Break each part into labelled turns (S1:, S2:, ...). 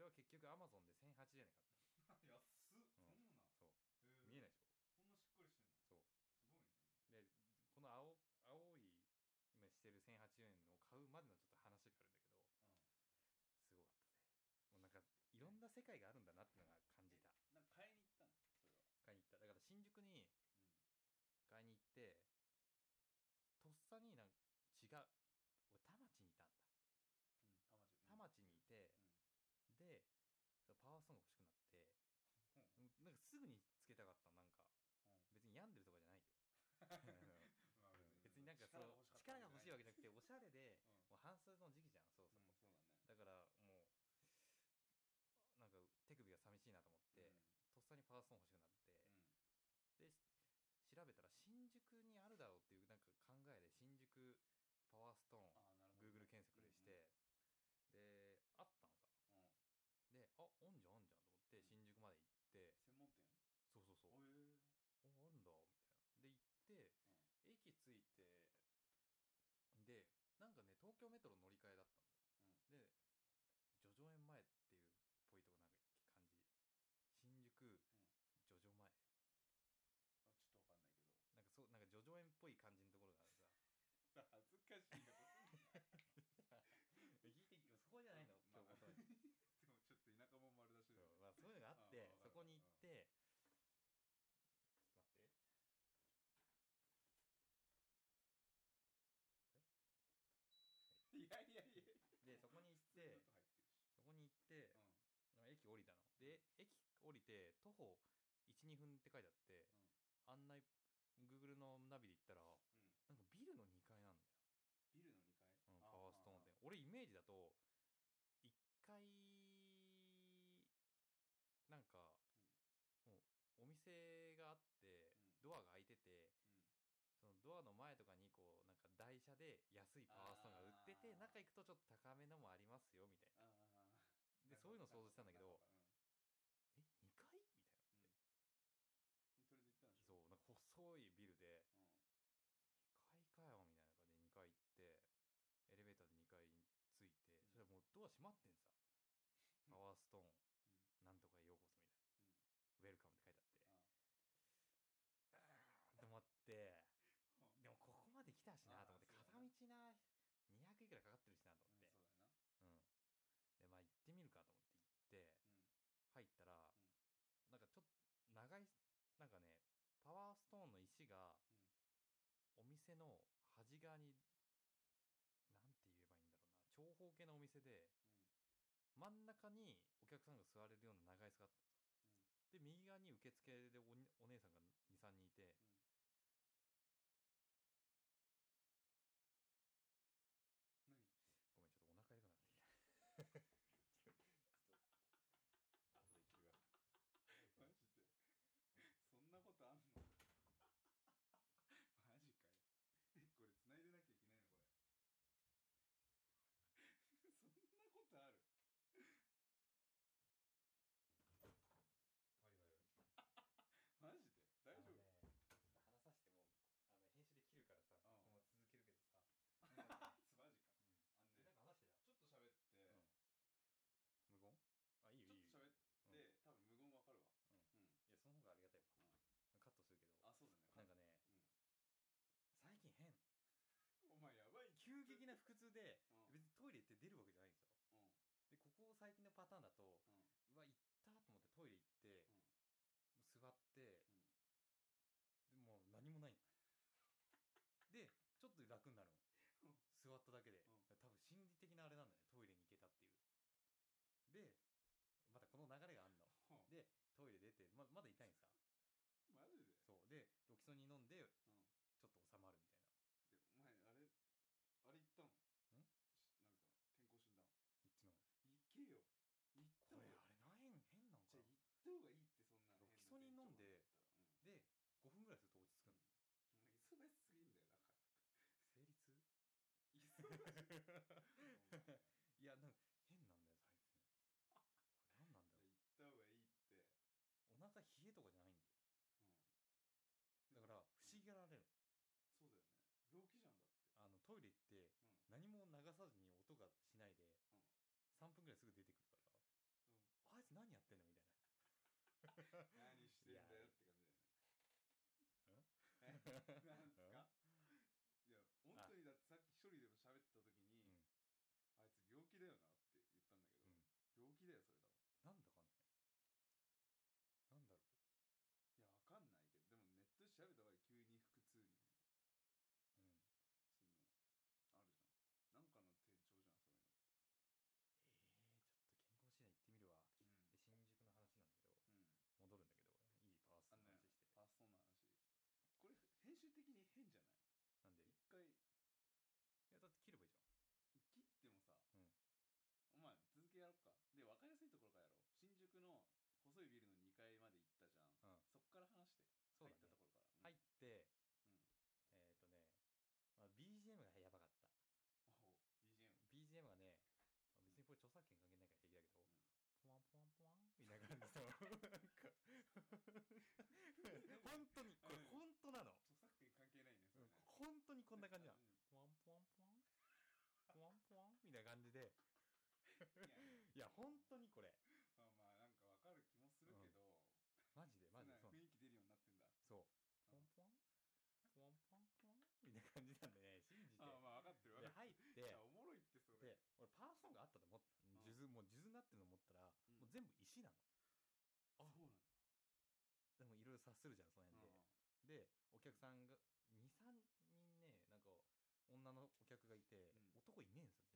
S1: は結局アマゾンで1080円で買った
S2: 安っそんな
S1: そ
S2: へ
S1: う
S2: ー
S1: 見えないでしょ
S2: こんなしっかりしてんの
S1: そう
S2: すごいね
S1: でこの青青い今してる1080円のを買うまでのちょっと話があるんだけど
S2: う
S1: すごかったねもうなんかいろんな世界があるんだなっていうのが感じた
S2: んなんか買いに行ったのそれは
S1: 買いに行っただから新宿に
S2: うん
S1: 買いに行ってとっさになんか違う俺田町にいたんだ
S2: うん田町
S1: 田町にいて
S2: う、ん
S1: でそのパワーソング欲しくなって
S2: うん
S1: うんなんかすぐにつけたかったなんか別に病
S2: うん
S1: んでるとかじゃないよ
S2: まあ
S1: うん別になんかそう力
S2: 力
S1: が
S2: が欲
S1: 欲し
S2: しい
S1: い
S2: わ
S1: わけ
S2: けじ
S1: じゃ
S2: ゃな
S1: な
S2: く
S1: くてお
S2: て
S1: しゃれで
S2: うん
S1: もう半袖の時期じゃんそうそう、
S2: うんそう
S1: だからもう
S2: だね
S1: なんか手首が寂しいなと思って、とっさにパワーソン欲しくなって
S2: う、
S1: で
S2: ん
S1: し調べたら新宿にあるだろうっていうなんか考えで新宿パワーストーン
S2: ああなるほ
S1: Google
S2: ど
S1: 検索でして、であったのさ
S2: うんうんうん
S1: であおんじゃんおんじゃんと思っ
S2: う
S1: て
S2: ん
S1: 新宿まで行って、
S2: 専門店
S1: そうそうそう
S2: おえー
S1: おあるんだみたいなで行って駅着
S2: うん
S1: いてでなんかね東京メトロ乗り換えだったんだよ、で叙々苑前っていうっぽいとこなんか感じ新宿
S2: うん
S1: 叙々前
S2: あちょっとわかんないけ
S1: な
S2: ど
S1: んかそうなんか叙々苑っぽい感じのところがあるさ
S2: 恥ずかしいな
S1: 聞いてそこじゃないの今
S2: まあ
S1: 日こそ に
S2: でもちょっと田舎も丸出しだよ
S1: そうまあ、 そういうのがあって
S2: ああ
S1: そこに行ってちょっと待って
S2: いやいやいや
S1: でそこに行っ
S2: 普通の
S1: て
S2: 音入ってるし
S1: そこに行って
S2: うん、
S1: 駅降りたので駅降りて徒歩12分って書いてあって
S2: うん
S1: 案内 Google のナビで行ったら
S2: うん、
S1: なんかビルの2階なんだよ、
S2: ビルの2階、
S1: うん、パ
S2: あ
S1: ワーストーンって俺
S2: あ
S1: イメージだと1階なんかもうお店があって
S2: うん
S1: ドアが開いてて
S2: うん
S1: そのドアの前とかにこうなんか台車で安いパワーストーンが売って
S2: あ
S1: て
S2: ー
S1: 中行くとちょっと高めのもありますよみたい
S2: ああ
S1: なでそういうのを想像してたんだけど
S2: う
S1: え2階みたい
S2: んうん、それで
S1: な
S2: 行ったんでしょ
S1: そうなんか細いビルで
S2: う、
S1: 2
S2: う
S1: 階かよみたいな感じで2階行ってエレベーターで2階に着いてそれもうドア閉まってんさ「
S2: うん
S1: パワーストーンなん
S2: んうん
S1: とかへようこそ」みたい
S2: うん
S1: な「ウェルカム」って書いてあってあ
S2: あ
S1: ーと思ってでも
S2: あ
S1: ここまで来たしなと思って
S2: あーそう
S1: 片
S2: だ
S1: 道な200いく
S2: ね
S1: らかかってるしなと
S2: う
S1: 思っ
S2: んうん
S1: て
S2: そう
S1: うんで
S2: だよな
S1: まあ行ってみるかと思って行って入
S2: うん
S1: ったらなんかちょっと長いなんかねパワーストーンの石が
S2: う
S1: お
S2: ん
S1: 店の端側になんて言えばいいんだろうな長方形のお店で
S2: うん
S1: 真ん中にお客さんが座れるような長い椅子があったのさ
S2: うん
S1: で右側に受付でおにお姉さんが23人いて
S2: うん何
S1: ごめんちょっとお腹痛くなってきたちょっと後で切るわ
S2: マジでそんなことあんのマジかよえこれ繋いでなきゃいけないのこれそんなことある
S1: バリバリバリ
S2: マジで大丈夫
S1: あのね話させてもうあの編集で切るからさ、
S2: うん
S1: このまま続けるけどさ、
S2: マジかあの
S1: えな
S2: ね
S1: んか話してた
S2: ちょっと喋って、
S1: 無言あいいよ
S2: ちょっ
S1: いいよ
S2: と喋って、多分無言わかるわ
S1: うん
S2: うん、
S1: いやその方がありがたいわ、カットするけどなんかね最近
S2: あそうだねう
S1: 変
S2: ん、お前やばい
S1: 急激な腹痛で
S2: うんうん
S1: 別にトイレ行って出るわけじゃないんですよ
S2: う
S1: で
S2: ん
S1: ここ最近のパターンだと
S2: うん
S1: うわ行ったと思ってトイレ行って座って
S2: う
S1: で
S2: ん
S1: もう何もないのでちょっと楽になるの
S2: うん
S1: 座っただけで
S2: う
S1: 多分心理的なあれなんだよねトイレに行けたっていうでまたこの流れがあんの
S2: うん
S1: でトイレ出てままだ痛いんさ
S2: マジで
S1: そうでロキソニン飲んで
S2: うん
S1: ちょっと収まるみたいな
S2: でお前あれあれ行ったの
S1: ん
S2: しなんか健康診断
S1: いつの
S2: 行けよ
S1: こ
S2: 行った
S1: れ
S2: よ
S1: あれな変変なんか
S2: じゃ
S1: な
S2: あ行った方がいいってそん
S1: ロ
S2: な
S1: キソニン飲んでで
S2: 変
S1: 5分ぐらいすると落ち着く
S2: な
S1: の
S2: 店長だったらうん、お前忙しすぎんだよ
S1: 生理痛いやな
S2: だから忙 しいお前
S1: んか変なんだよ最近これ何なんだろうお腹冷えとかじゃ
S2: 行った方がいいって、
S1: ないんだよ
S2: う
S1: だ
S2: ん、
S1: から不思議がられる
S2: そうだよね病気じゃんだ って
S1: あのトイレ行って
S2: うん、
S1: 何も流さずに音がしないで
S2: うん
S1: 3分ぐらいすぐ出てくるから
S2: うん、
S1: 何やってんのみたいな
S2: 何してんだよって感じだよねえなんすかいや本当にだってさっき一人でも喋ってた時に、
S1: うん
S2: あいつ病気だよなって言ったん
S1: うん
S2: だけど、病気だよそれだわ
S1: なんだかねなんだろう
S2: いやわかんないけどでもネットで調べ
S1: うんえー、ちょっと健康診断行ってみるわで新宿の話な
S2: た場合急に腹痛みたいなそういうのあるじゃんなんかの前兆じゃんそういうのうん
S1: んだけど戻るんだけどいいパワーストの話してなんでいやだって切ればい
S2: うんあのねパーソンの話これ編集的に変じゃない一回
S1: いじゃん
S2: 切ってもさ、
S1: うん
S2: まあ続けやろうかで分かりやすいところからやろう新宿の細いビルの2階まで行ったじゃ
S1: う
S2: ん、
S1: ん
S2: そっから話して
S1: そうだね
S2: 入ったところから、
S1: 入って
S2: うん、
S1: えっ、とね、まあ、BGM がやばかった
S2: おう BGM
S1: BGM がねまあ別にこれ著作権関係ないから平気だけど、ポワンポワンポワンみたいな感じのなんか本当にこれ本当なの
S2: 著作権関係ないねそれね、
S1: 本当にこんな感じなの
S2: うん
S1: ポワンポワンポワンポワンポワンみたいな感じで
S2: いやいや
S1: いや本当にこれ
S2: まあまあなんか分かる気もするけど、
S1: マジでマジで
S2: そ
S1: そ
S2: ん
S1: う
S2: な雰囲気出るようになってんだ
S1: そうポワンポワンポワンポワンポワンみたいな感じなんでね信じて
S2: ああまあ分かってる分
S1: で入っ
S2: かって
S1: て
S2: るいやおもろいってそれ
S1: で俺パワーストーンがあったと思った
S2: ん
S1: 数珠もう数珠になってるの思ったら
S2: うん
S1: もう全部石なの
S2: あそうなんだ
S1: でもいろいろ察するじゃんその辺ででお客さんが23人ねなんか女のお客がいて、
S2: うん
S1: 男いねえんですよ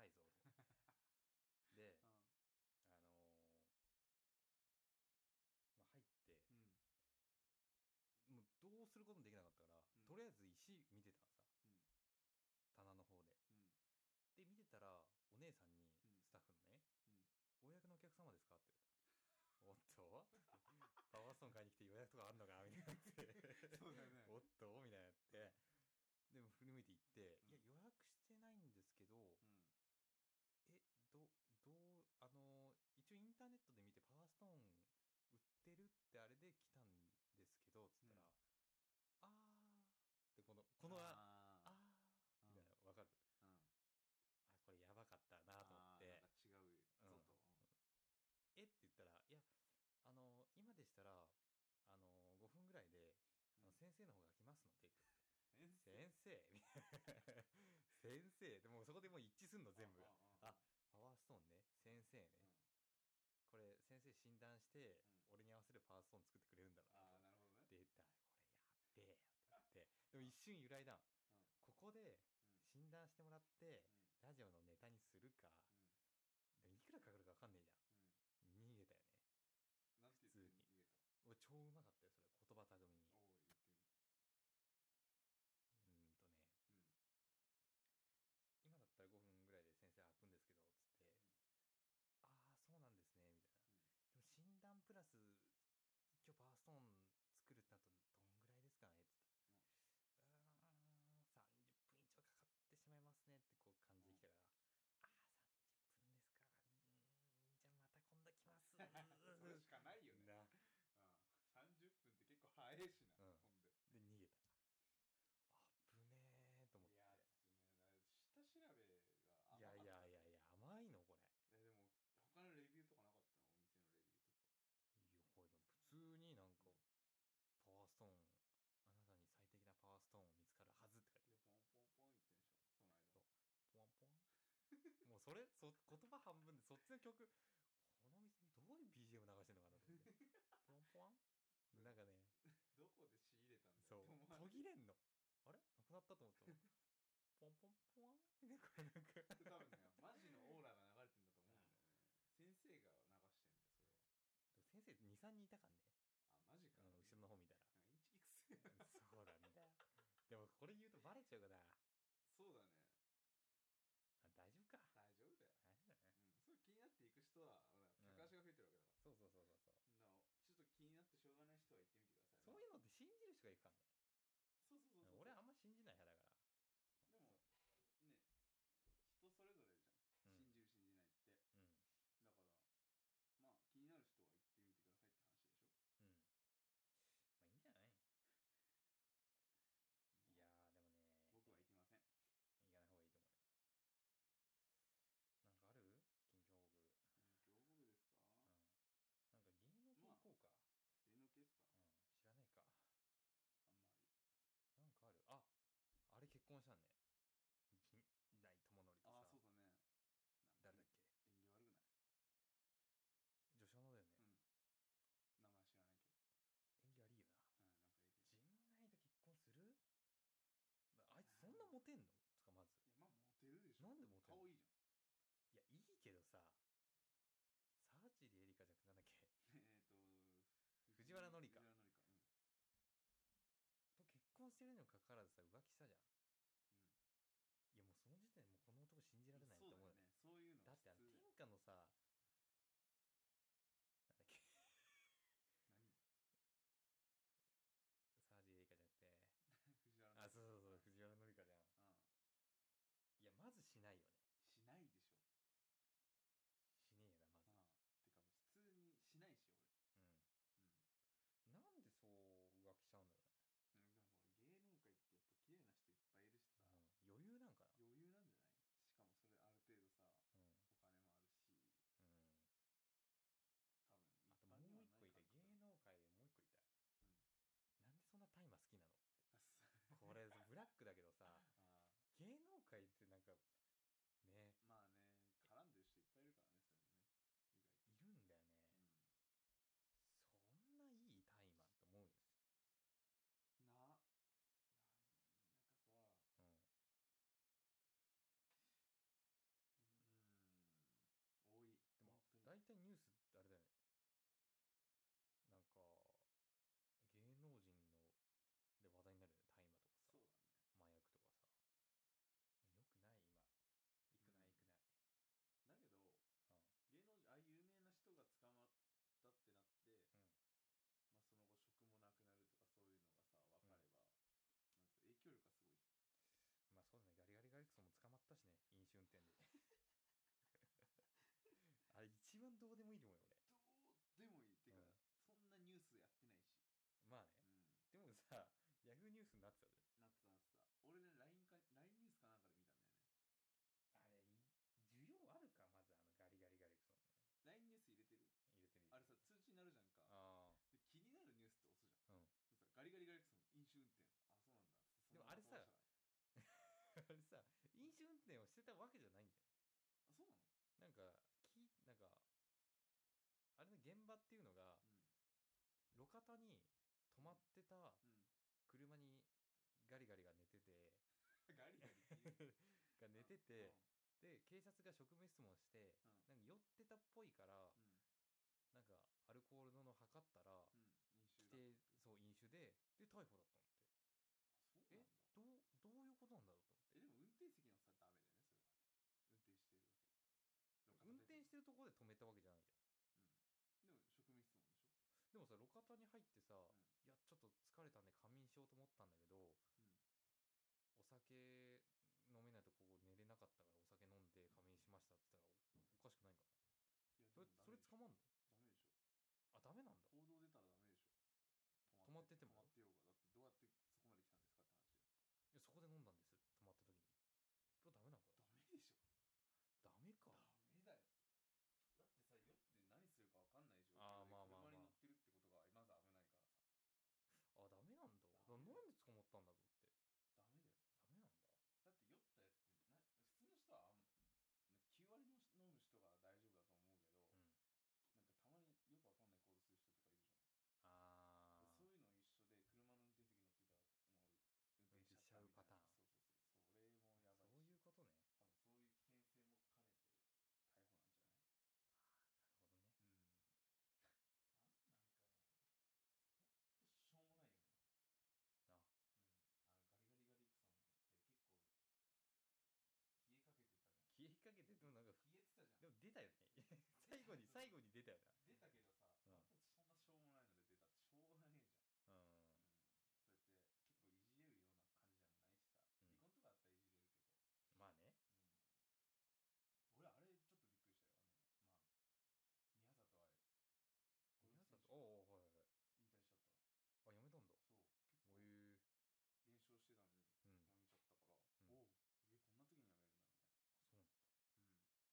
S1: 全然 あこれやばいぞとで
S2: う
S1: あのーまあ、入っ
S2: んうん
S1: て
S2: うん
S1: もうどうすることもできなかったから、とりあ
S2: うん
S1: えず石見てたのさ、
S2: うん
S1: 棚の方で
S2: うん
S1: で見てたらお姉さんに
S2: うん
S1: スタッフのね
S2: うん
S1: 「ご予約のお客様ですか?」って言われた「おっと パワーストーン買いに来て予約とかあんのか?」みたいになって
S2: そうだよね
S1: おっとみたいになってでも振り向いて行って、
S2: うん
S1: いや予約してないんですけど
S2: うん
S1: えどどうあの一応インターネットで見てパワーストーン売ってるってあれで来たんですけどつったら、
S2: うん
S1: あーってこのこのあ
S2: あ
S1: あ
S2: ー
S1: ーみたいなわかる
S2: うん
S1: あこれやばかったなと思って
S2: あーなんか違
S1: うん
S2: うぞと
S1: えって言ったらいやあの今でしたらあの5分ぐらいで、あの
S2: う
S1: 先
S2: ん
S1: 生の方が来ますので
S2: 先
S1: 先生先生でもうそこでもう一致すんの全部があパワーストーンね先生ね、これ先生診断して、俺に合わせるパワーストーン作ってくれるんだろう
S2: あ
S1: な
S2: あなるほどね
S1: 出たこれやっべえよって言ってでも一瞬揺らいだん、
S2: うん
S1: ここで
S2: う
S1: 診断してもらって、
S2: んうん
S1: ラジオのネタにするか、でもいくらかかるか分かんねえじゃ
S2: うん
S1: ん逃げたよね
S2: うんなんて言っ
S1: 普
S2: て
S1: 通に
S2: 逃げた
S1: 俺超うまかったよそれ言葉巧みに
S2: おお言っ
S1: う
S2: てみる
S1: ーんとね
S2: うん
S1: 今だったら5分ぐらいで先生開くんですけどつって、ああそうなんですねみたいな、
S2: う
S1: で
S2: ん
S1: も診断プラス今日パワーストーン作るってなるとどんぐらいですかねつったら、うーん30分以上かかってしまいますねってこう感じできたから、ああ30分ですかうーんじゃあまた今度来ます
S2: そ れしかないよね
S1: な
S2: うん30分って結構早いしな
S1: うん
S2: ほんで
S1: で逃げた危ねえと思って
S2: いやちょっとね下調べが甘
S1: いやい
S2: か
S1: や
S2: っ
S1: いやい
S2: た
S1: や甘いのこれ
S2: えでも他のレビューとかなかったのお店のレビューとか
S1: いやほいでも普通になんかパワーストーンあなたに最適なパワーストーンを見つかるはずって書いてある
S2: でポンポ
S1: そうポワンポ ワンもう
S2: ンポン言ってんでしょこの間
S1: それそ言葉半分でそっちの曲この店どういう BGM 流してんのかなと思ってポワンポワンなんかね
S2: どこで仕入れ
S1: そ
S2: たんだ
S1: う
S2: って思われ
S1: 途切
S2: て
S1: れんのあれなくなったと思った らポンポンポワンみたいなこれなんか
S2: 多分ねマジのオーラが流れてんだと思うんだよね先生が流してんだよそれ
S1: でも
S2: は
S1: 先生23人いたかんね、
S2: あマジ
S1: うん、後ろの方見たら
S2: か、インチキくせえな
S1: そうだねでもこれ言うとバレちゃうからあ
S2: そうだね
S1: 大丈夫か
S2: 大
S1: 大丈
S2: 丈夫だよ、
S1: 夫だね
S2: うん、そう気になっていく人はほら客足が増えてるわけだか
S1: そうそうそうそうそう
S2: ら、なおちょっと気になってしょうがない人は行ってみてくだ
S1: そういうのって信じる人がいるからね俺あんま信じない派だか
S2: さいそうそうそうそうでもね人それぞれじゃん、
S1: ら、うん、
S2: 信じる信じないって
S1: うん
S2: だからまあ気になる人は行ってみてくださいって話でしょ
S1: うん。まあいいんじゃないいやーでもね、行かない方がいいと思うよ。なんかある近況報告。
S2: 僕は行きませんうん業
S1: かわらずさ浮気したじゃんいやもうその時点でもうこの男信じられないって思うよ
S2: そうだよねそういうの
S1: だってあの
S2: 普通
S1: 天下のさなんだっけサージエリカじゃなくて
S2: 藤原
S1: あそうそう
S2: う
S1: そう藤原紀香じゃんい
S2: ん
S1: やまずしないよね
S2: しないでしょ
S1: しねえよなまず
S2: うんてかもう普通にしないし俺
S1: うんなんでそう浮気しちゃうんだろうね
S2: うん、うん、でも俺芸能界ってやっぱ 綺麗な人いっ
S1: うん
S2: ぱいいるしさ、
S1: 余裕なんかな
S2: 余裕なんじゃないしかもそれある程度さ
S1: うん
S2: お金もある
S1: うんあともう一個いて芸能界もう一個いたなんでそんな大麻好きなのこれブラッ
S2: し多分一般にはないうん感覚
S1: クだけどさ
S2: だあ
S1: 芸能界ってなんかね
S2: ーまあね絡んでる人いっぱいいるからねそういうのね
S1: いるんだよねそんないい大麻って思うよ
S2: 意外と、うん、ななんねなんかさ
S1: うん
S2: うーん多
S1: でも
S2: いでも本当
S1: 大体
S2: に
S1: ニュースってあれだよねなんか芸能人ので話題になるよね大麻とかさ
S2: そうだね
S1: 麻薬とかさよくない今いくないいくない
S2: だけ
S1: う
S2: ど
S1: ん
S2: 芸能人ああいう有名な人が捕まったっ
S1: ん
S2: てなって、まあ、その後職もなくなるとかそういうのがさ分かれば、なんつう影響力がすごいじゃん
S1: まあそうだねガリガリガリクソンも捕まったしね飲酒運転で あれ一番どうでもいいと思うよ俺
S2: どうでもいいってい
S1: うん
S2: うか、そんなニュースやってない
S1: まあ
S2: し、
S1: ね
S2: うん、
S1: でもさヤフーニュースになってたじゃん
S2: なってたなってた俺ね LINE か LINE ニュースかなんかで見たんだよね
S1: あれい需要あるかまずあのガリガリガリクソン
S2: LINE ニュース入れてる
S1: ね入れてみる
S2: あれさ通知になるじゃんか
S1: ああ
S2: で気になるニュースって押すじ
S1: う
S2: ゃん、
S1: ん
S2: でさガリガリガリクソン飲酒運転あそうなんだ
S1: でもあれさ
S2: そのまま壊した
S1: あ
S2: ら
S1: れさ飲酒運転をしてたわけじゃないんだよ
S2: あそうなの
S1: なんかきなんかあれの現場っていうのが路肩に止まってた
S2: うん、う
S1: 車に
S2: ん、
S1: ガリガリが寝てて
S2: ガリガリって言う
S1: が寝ててで警察が職務質問して
S2: うんうん
S1: なんか酔ってたっぽいから
S2: うん
S1: なんかアルコールのの測ったら
S2: うん、飲
S1: 規
S2: 酒だ
S1: 定そう飲酒でで逮捕だったのって
S2: あそう
S1: え
S2: なんだ
S1: どうどういうことなんだろうと
S2: えでも運転席のさダメだよねそれはね運転し
S1: 思っ
S2: てるわけ、
S1: て運転しててるところで止めたわけじゃないじゃん
S2: うん、でも職務
S1: でもさ路肩
S2: 質問でしょ
S1: に入ってさ、いやちょっと疲れたんで仮眠しようと思ったんだけどお酒飲めないとここ寝れなかったからお酒飲んで仮眠しました
S2: んうん
S1: って言ったらおおかしくないかない
S2: やで
S1: それ
S2: も
S1: それ捕まんのあダメなんだ
S2: ダメでしょ行動出たらダメでしょ
S1: 止まってても
S2: 止まってようが
S1: いやそこで飲んだんです
S2: だってどうやってそこまで来たんですかって話だよ
S1: 止まった時にこれダメなんかな
S2: ダメでしょ
S1: ダメか
S2: ダメだよだってさ酔って何するか分かんない状
S1: あー
S2: 況で
S1: まあまあまあ
S2: 車に乗ってるってことがま
S1: あダメなんだだから
S2: ず危ないからさダ
S1: なんで捕まったんだろうっ
S2: メだよ
S1: て
S2: ダメ
S1: ダ
S2: だよ
S1: メなんだ
S2: だって酔ったやつってな普通の人はあん9割の人飲む人が大丈夫だと思う
S1: う
S2: けど、
S1: ん
S2: なんかたまによくわかんない行動
S1: あー運転しちゃうパターンそういうことねなるほどね
S2: する人とかいるじゃんでそういうの一緒で車の運転席乗ってたらもう運転しちゃったみたいなそうそうそうそれもやばいし多分そういう危険性も兼ねて逮捕なんじゃないうんなんなんかなほんとしょうもないよね
S1: な
S2: うんあのガリガリガリクソンって結構消えかけてたじゃん
S1: 消えかけてでもなんか
S2: 消えてたじゃん
S1: でも出たよ ね最後に最後に出たよ
S2: 出たけどさ、
S1: うん
S2: あんたそんなしょうもないので出たってしょうがねえじゃん、
S1: なうん
S2: うん、そ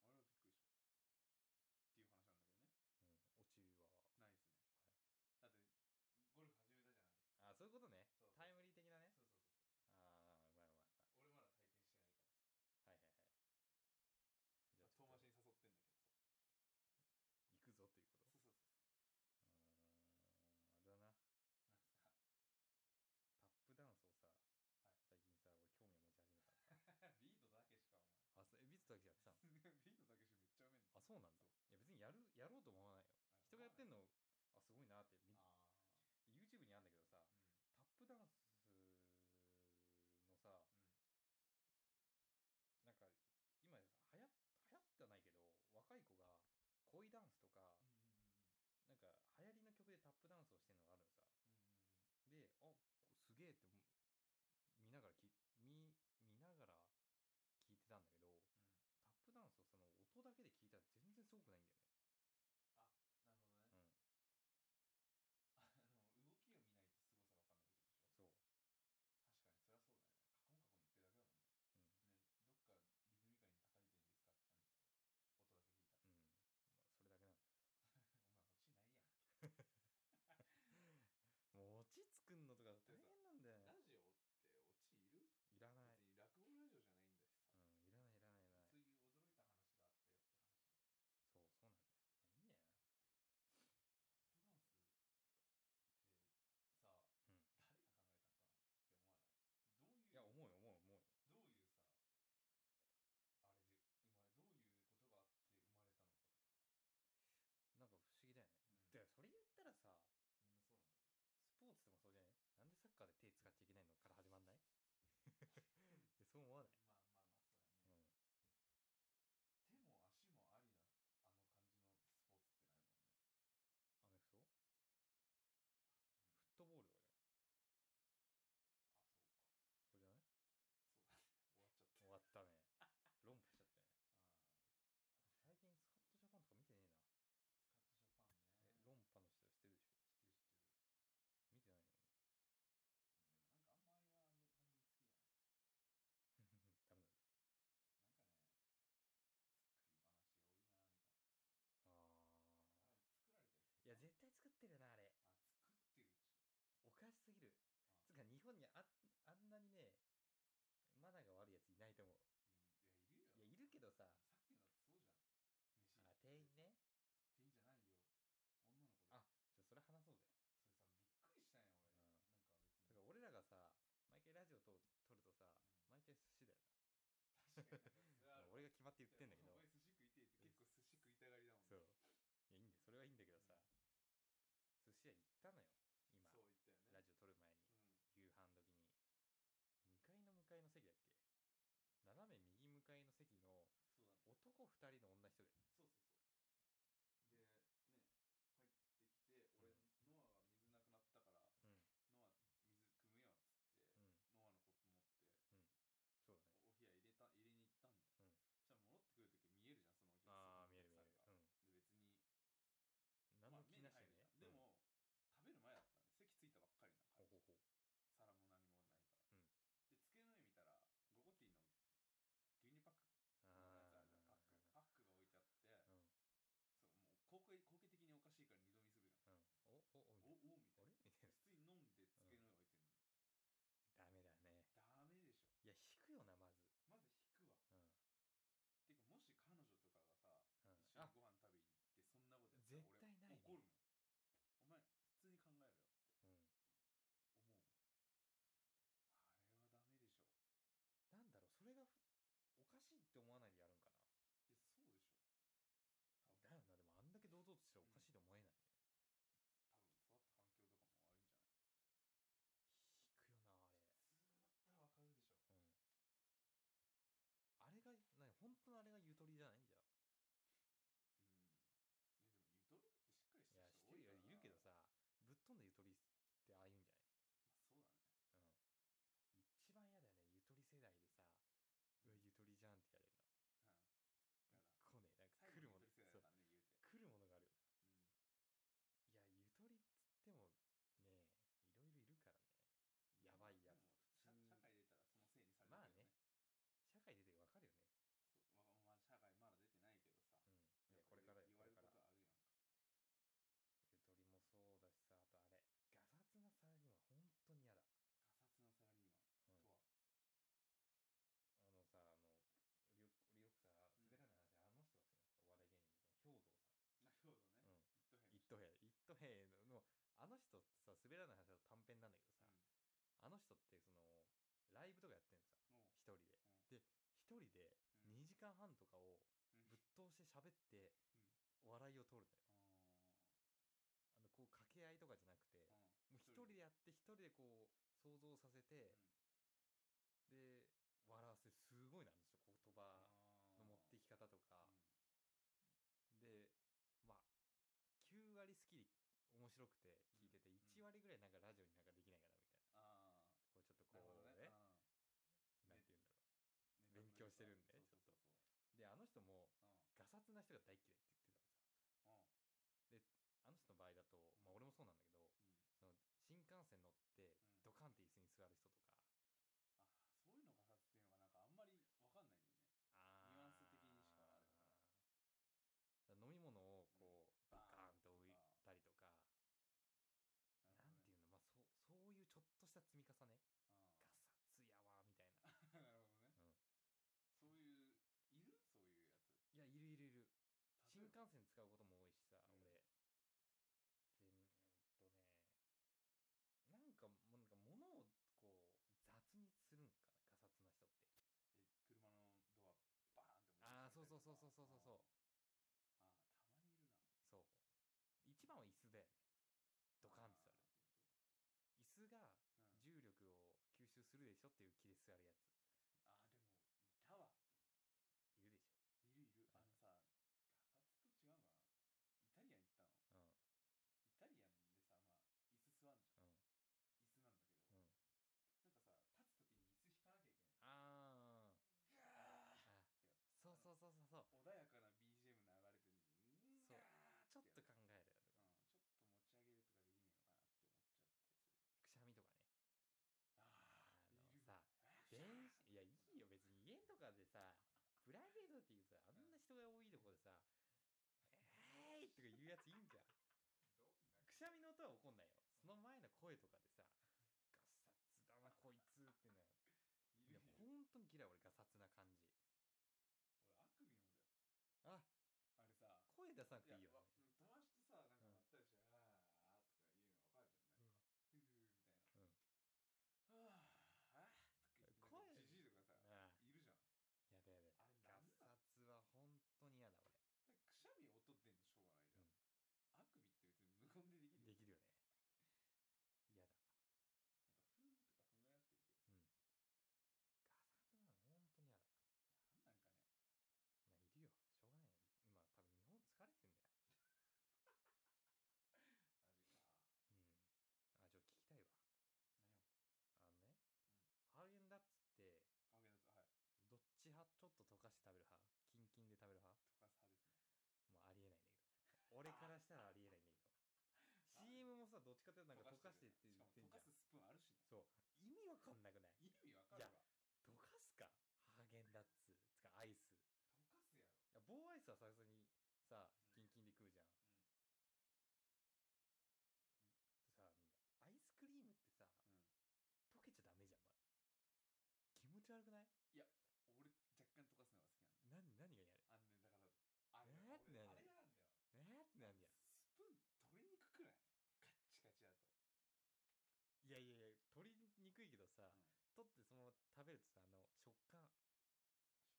S2: うやって結構いじれるような感じでもないしさ、
S1: うん
S2: 離婚とかあったらいじれるけ
S1: ま
S2: ど、
S1: あね
S2: うん、俺あれちょっとびっく
S1: 宮里おおはいはいはい
S2: りしたよあのまあ宮里あれゴルフ選手引
S1: あやめたんだおえうんうんそうなんだうん落ちは
S2: 退しちゃったそう結構連勝してたのにやめちゃったから、おうえこんな時にやめるんだみたいなうんあれはびっくりしたっていう話なんだけどねないですね、だっ
S1: あ
S2: てゴルフ始めたじゃない
S1: そういうことねタイ
S2: そうそう
S1: ムリー的なね
S2: そうそうそう
S1: ああうまいうまいうまい
S2: 俺まだ体験してな
S1: は
S2: いから
S1: いはいはいじゃあちょっと行くぞということうーんあれだなタップダンスをさ、最近さ俺興味を持ち始
S2: 遠回しに誘ってんだけどさそうそうそうなんすかはい
S1: めたのさ
S2: ビートだけ
S1: あそうえビートだけやってたの
S2: しかお前 ビートだけ
S1: あそうなんだいや別にやるやろうと思わないよ人がやってんのあすごいなってみ YouTube
S2: しめっちゃうめえんだのあ
S1: にあんだけどさ
S2: あー、うん、
S1: タップダンスダンスとか、なんか流行りの曲でタップダンスをしてるのがあるのさ。で、あ、すげえって思う見ながらき見、見ながら聞いてたんだけど、タップダンスをその音だけで聞いたら全然すごくないんだよね。 うん。そう。うん。うん。まあ、それだけなんだよ。もう、オチ作んのとか大変なんだよね。いらない。うん、いらない、いらない、いらない。そう、そうなんだよ。まあ、いいんだよな。うんいや、思うよ、思うよ、思うよ。
S2: どういうさあれで生まれどういうことがあって生
S1: なんか不思議だよね。
S2: まれたのかとかうん
S1: だからそれ言ったらさ、
S2: みんなそうなんだけど
S1: スポーツでもそうじゃないなんでサッカーで手使っちゃいけないのから始まんないで そう思わない
S2: まあまあまあそうだ
S1: う
S2: ね、
S1: ん。アメフトフットボール
S2: 手も足もありなあの感じのスポーツってないもんね
S1: とか
S2: あそうか
S1: じゃないそうじゃない
S2: そうだね終わっち
S1: 終わった
S2: ゃった
S1: ね。論破しちゃったね。最近
S2: あ
S1: スカットジャパンとか見てねえな。
S2: ースカッ
S1: え、論破の人知ってるでしょ
S2: トジャパンね 知ってる知ってる
S1: 見てないよ。
S2: でもなんかあんまああいう番組好きじゃ
S1: ダメなんだ。
S2: ないなんかね作り話多いなみたいな
S1: あー。い
S2: あれ作られてる
S1: や、絶対作ってるよな、あれ。おかしすぎる。
S2: あ作ってるうちあ
S1: つうか、日本にああんなにね、マナーが悪いやついないと思う。
S2: うんいやいるよ
S1: いや、いるけどさ、
S2: さっきのだってそうじゃん飯
S1: あ、店員ね。
S2: 店員じゃないよ女の子で
S1: あじゃそれ話そうぜ。
S2: それさびっくりしたんや俺、
S1: うんだから俺
S2: なんか別に
S1: らがさ、毎回ラジオと撮るとさ、毎回寿司だよ
S2: 確かにそれはあ
S1: な。
S2: る
S1: 俺が決ま って言ってんだけど
S2: お、前寿司食いてえって結構寿司食いたがりだもんね
S1: そう。いや、いいんだよ。それはいいんだけどさ、寿司屋行ったのよ。今、
S2: そう言ったよね
S1: ラジオ撮る前に、夕飯時に。2階の向かいの席だっけ斜め右向かいの席の
S2: うん、そうだね
S1: 男2人の女1人だよ。
S2: そうそうそうでね入ってきて俺、
S1: うん
S2: ノアが水なくなったから
S1: うん。
S2: ノア水汲む
S1: うん。そうだね。
S2: よっつって、ノアのコップ持っておお部屋入れた入れに行
S1: うん
S2: ったんだよ、そしたら戻ってくるとき見えるじゃんそのお客
S1: あ
S2: さん
S1: ー、見える見え
S2: お
S1: る。
S2: 客
S1: う
S2: さんが
S1: ん。
S2: で別に
S1: 何
S2: ま
S1: の
S2: あ目
S1: 気
S2: に
S1: なし
S2: 入
S1: に
S2: るじゃ
S1: ね。
S2: んで
S1: うん、
S2: も、食べる前だったんで席ついたばっかりな
S1: ほ
S2: 感
S1: ほほ。
S2: じ皿も何もないか
S1: う
S2: ら、
S1: ん
S2: で机の上見たらゴゴティの牛乳パックのや
S1: あ
S2: つあるじゃんパックパックが置いてあって、
S1: ー。うん。
S2: そうもう後悔後継的におかしいから二度見するじゃん
S1: うん。お、お、お、みたい
S2: お
S1: な。あれ
S2: おみたいな
S1: みたいな。
S2: 普通に飲んで机の上置いてるのに、
S1: ダメだね。いや、引くよな、まず。
S2: ダメでしょまず引く
S1: うん。
S2: わてかもし
S1: うんあ
S2: 彼女とかがさ、一緒にご飯食べに行ってそんなことやったら俺
S1: 絶対ないねうん。な
S2: 怒るもんお前普通に考えろよって思うもんあれはダメでしょ
S1: んだろう、それがふおかしいって思わないでやるんか
S2: いやそ
S1: な。だよな、でもあんだけ堂々としたらおかしいと思えないんだよね。引くよな、あれ。うん。あれが、なに、本当のあれがゆとりじゃないんじゃあ。いや、してるよ、いるけどさ、ぶっ飛んだゆとりってああいうんじゃないうん。一番嫌だよね、ゆとり世代でさ、うわ、ゆとりじゃんって言われるの。
S2: うでしょ多分多分育った環境とかも悪いんじゃない普通だったらわかるでしょうんいやでもゆとりだってしっかりしてる人多いからまあそうだねう
S1: こうね、なんか来るもの、そう
S2: んやだ最後のゆとり世代だからね言うて
S1: 来るものがあるよね。いや、ゆと
S2: うん
S1: りっつっても、ね、いろいろいるからね。やばいやつ
S2: でも
S1: 普
S2: 社
S1: 通
S2: 社会出たらそのせいにされ
S1: まあ
S2: るけど
S1: ね社会出てわかるよね。
S2: そうまあまあ社会まだ出
S1: うん。いやこれからよ、これからゆ
S2: てないけどさやっ、ぱ言われること。あるやんか
S1: とりもそうだしさ、あとあれ、ガサツなサラリーマン、本当に嫌だ。うん
S2: ガサツなサラリーマンと
S1: あのさ、あの、俺よ俺
S2: は
S1: よくさ、
S2: うん
S1: 滑らない話、あの人が好きなんですよ。お笑い芸人の、その兵藤さ
S2: な
S1: ん。うん。
S2: るほどね一
S1: 一等兵、一等兵の、のあの人ってさ、滑ら
S2: 等
S1: ない話だと短編なんだけどさ、あの人って、その、ライブとかやってんのさ、
S2: も
S1: 一人で。
S2: うん
S1: で、一人で
S2: う
S1: 2時間半とかを
S2: うん
S1: ぶっ通して喋って
S2: うん、
S1: お笑いを取るのよ。
S2: あ
S1: あの、こう、掛け合いとかじゃなくて、
S2: ー
S1: も
S2: うん
S1: う一人でやって一人でこう想像させて、で笑わせるすごいなんですよ言葉
S2: あー
S1: の持っていき方とか、
S2: うん
S1: でまあ白くて聞いてて、1割ぐらいなんかラジオになんかできないかなみたいな。
S2: ああ
S1: こうちょっと
S2: なるほ
S1: こう
S2: どね
S1: ね、
S2: うん
S1: なんて言うんだろう。勉強
S2: ネタ
S1: してるんで
S2: そうそうそう
S1: で、あの人も
S2: そううん
S1: ガサツな人が大嫌いって言ってたのさ。
S2: うん
S1: あの人の場合だと、まあ俺もそうなんだけど、
S2: うん
S1: その新幹線乗って
S2: うん
S1: ドカンって椅子に座る人とか、
S2: あそういうのがさっていうのがなんかあんまりわかんないんだよね
S1: あ
S2: ニュアンス的にしかあれだか
S1: だ
S2: ら
S1: から飲み物をこう、
S2: うん
S1: バカーンと置い
S2: バーン
S1: たりとか、
S2: な
S1: なんてい
S2: る
S1: うの、まあそう、そういうちょっとした積み重ね、
S2: ほどね
S1: ガサツやわ、みたいな。
S2: あー なる
S1: うん
S2: ほどねそういういるそ
S1: いや、いる
S2: ういうやつ
S1: いるいる。新
S2: 例えば
S1: 幹線使うことも多いしさ、
S2: うん
S1: 俺。で、うんとね、なんか、もうなんか物をこう、雑にするんかな、ガサツな人って。
S2: え車のドアバーンって持ち上げたりとか
S1: あーそうそうそうそうそうそうそう
S2: あーあーたまにいる
S1: そう。一番は
S2: な
S1: 椅子だよね。ドカンって座る。椅子が
S2: あーうん
S1: 重力を吸収するでしょっていう気で座るやつ。
S2: あーでもいた
S1: い
S2: わ
S1: るでしょ。
S2: いるい
S1: うんうん、
S2: るあのさガサツと違うかなイタリアン行ったのイタリアンでさまあ椅子
S1: うん、
S2: 座んじゃん椅子なん
S1: うん。
S2: だけどなんかさ立つ時に椅子引かなきゃ
S1: あーあそうそ
S2: いけないガーて。
S1: うそうそうそう。
S2: 穏やかな BGM 流れてんの
S1: そ
S2: に
S1: う
S2: ガー
S1: ちょっと
S2: て
S1: 考
S2: やる
S1: えるよとか、
S2: うんちょっと持ち上げるとかできねえのかなって思っちゃ
S1: く
S2: ったりする
S1: しゃみとかね。あ
S2: ああ
S1: の
S2: いる
S1: さ
S2: あー
S1: 電子、いや、いいよ、別に家とかでさ、プライベートっていうさ、あんな人が多いとこでさ、えーいとか言うやついいんじゃん。
S2: どんな
S1: くしゃみの音は起こんないよ。その前の声とかでさ、ガサツだな、こいつってね。
S2: い
S1: い
S2: る
S1: や
S2: い、
S1: 本
S2: る
S1: 当に嫌い、俺、ガサツな感じ。
S2: 俺あくびもだよ
S1: あ、
S2: あれさ
S1: 声出さなくていいよ。
S2: わ飛ばしてさ
S1: うん
S2: なんか割ったりして、あーあーとか言うのわかるじゃんなんか、ふうみた
S1: う
S2: いな、
S1: ん
S2: はああー
S1: 声ああやだや
S2: とか言ってなんかじじいとかさいるじゃん
S1: だ。ガ
S2: あれなんだ
S1: サツは本当に嫌だ、俺。
S2: だからくしゃみ音出んの
S1: うん
S2: しょうがないじゃん、あくびって別に無言でできる
S1: で
S2: よ
S1: きるよね。嫌だ。
S2: なんかふうとかそんなやついいけど
S1: ガサツなの本当に嫌だ。まあ、い
S2: なんなんかね
S1: るよ。しょうがないよ。今、多分日本疲れてんだよ。うん。あ、ちょ、聞きたいわ。あのね、
S2: あれか何を
S1: ハーゲンダッツって、
S2: ハーゲンダッツ
S1: どっ
S2: はい
S1: ち派ちょっと溶かして食べる派キンキンで食べる派
S2: とかさ
S1: もうあり
S2: ですね
S1: えないんだけ ど。俺からしたらありえないんだけ ど。CM もさ、どっちかっていうとなんか溶かしてって言
S2: しか
S1: っ
S2: も
S1: てん
S2: 溶
S1: じゃ
S2: か
S1: ん
S2: す。スプーンあるしね
S1: そう。意味わかんなくない
S2: 意味わかるわ
S1: 溶かすかハーゲンダッツ。つか、アイス。
S2: 溶かすやろ
S1: いや棒アイスはさすがにさ
S2: うん
S1: キンキンで食うじゃん、
S2: ん
S1: さアイスクリームってさ
S2: うん
S1: 溶けちゃダメじゃんまだ気持ち悪くない
S2: 俺若干溶かすのが好きなんだ
S1: 何何が
S2: よ
S1: 嫌だ
S2: あんねんだからあれ
S1: えーって
S2: 俺
S1: なる
S2: あれ嫌なん
S1: えーってな
S2: だよ
S1: んや
S2: スプーン取り
S1: いやいやいや
S2: にくくないカッチカチだと、
S1: 取りにくいけどさ、
S2: うん
S1: 取ってそのまま食べるとさあの食感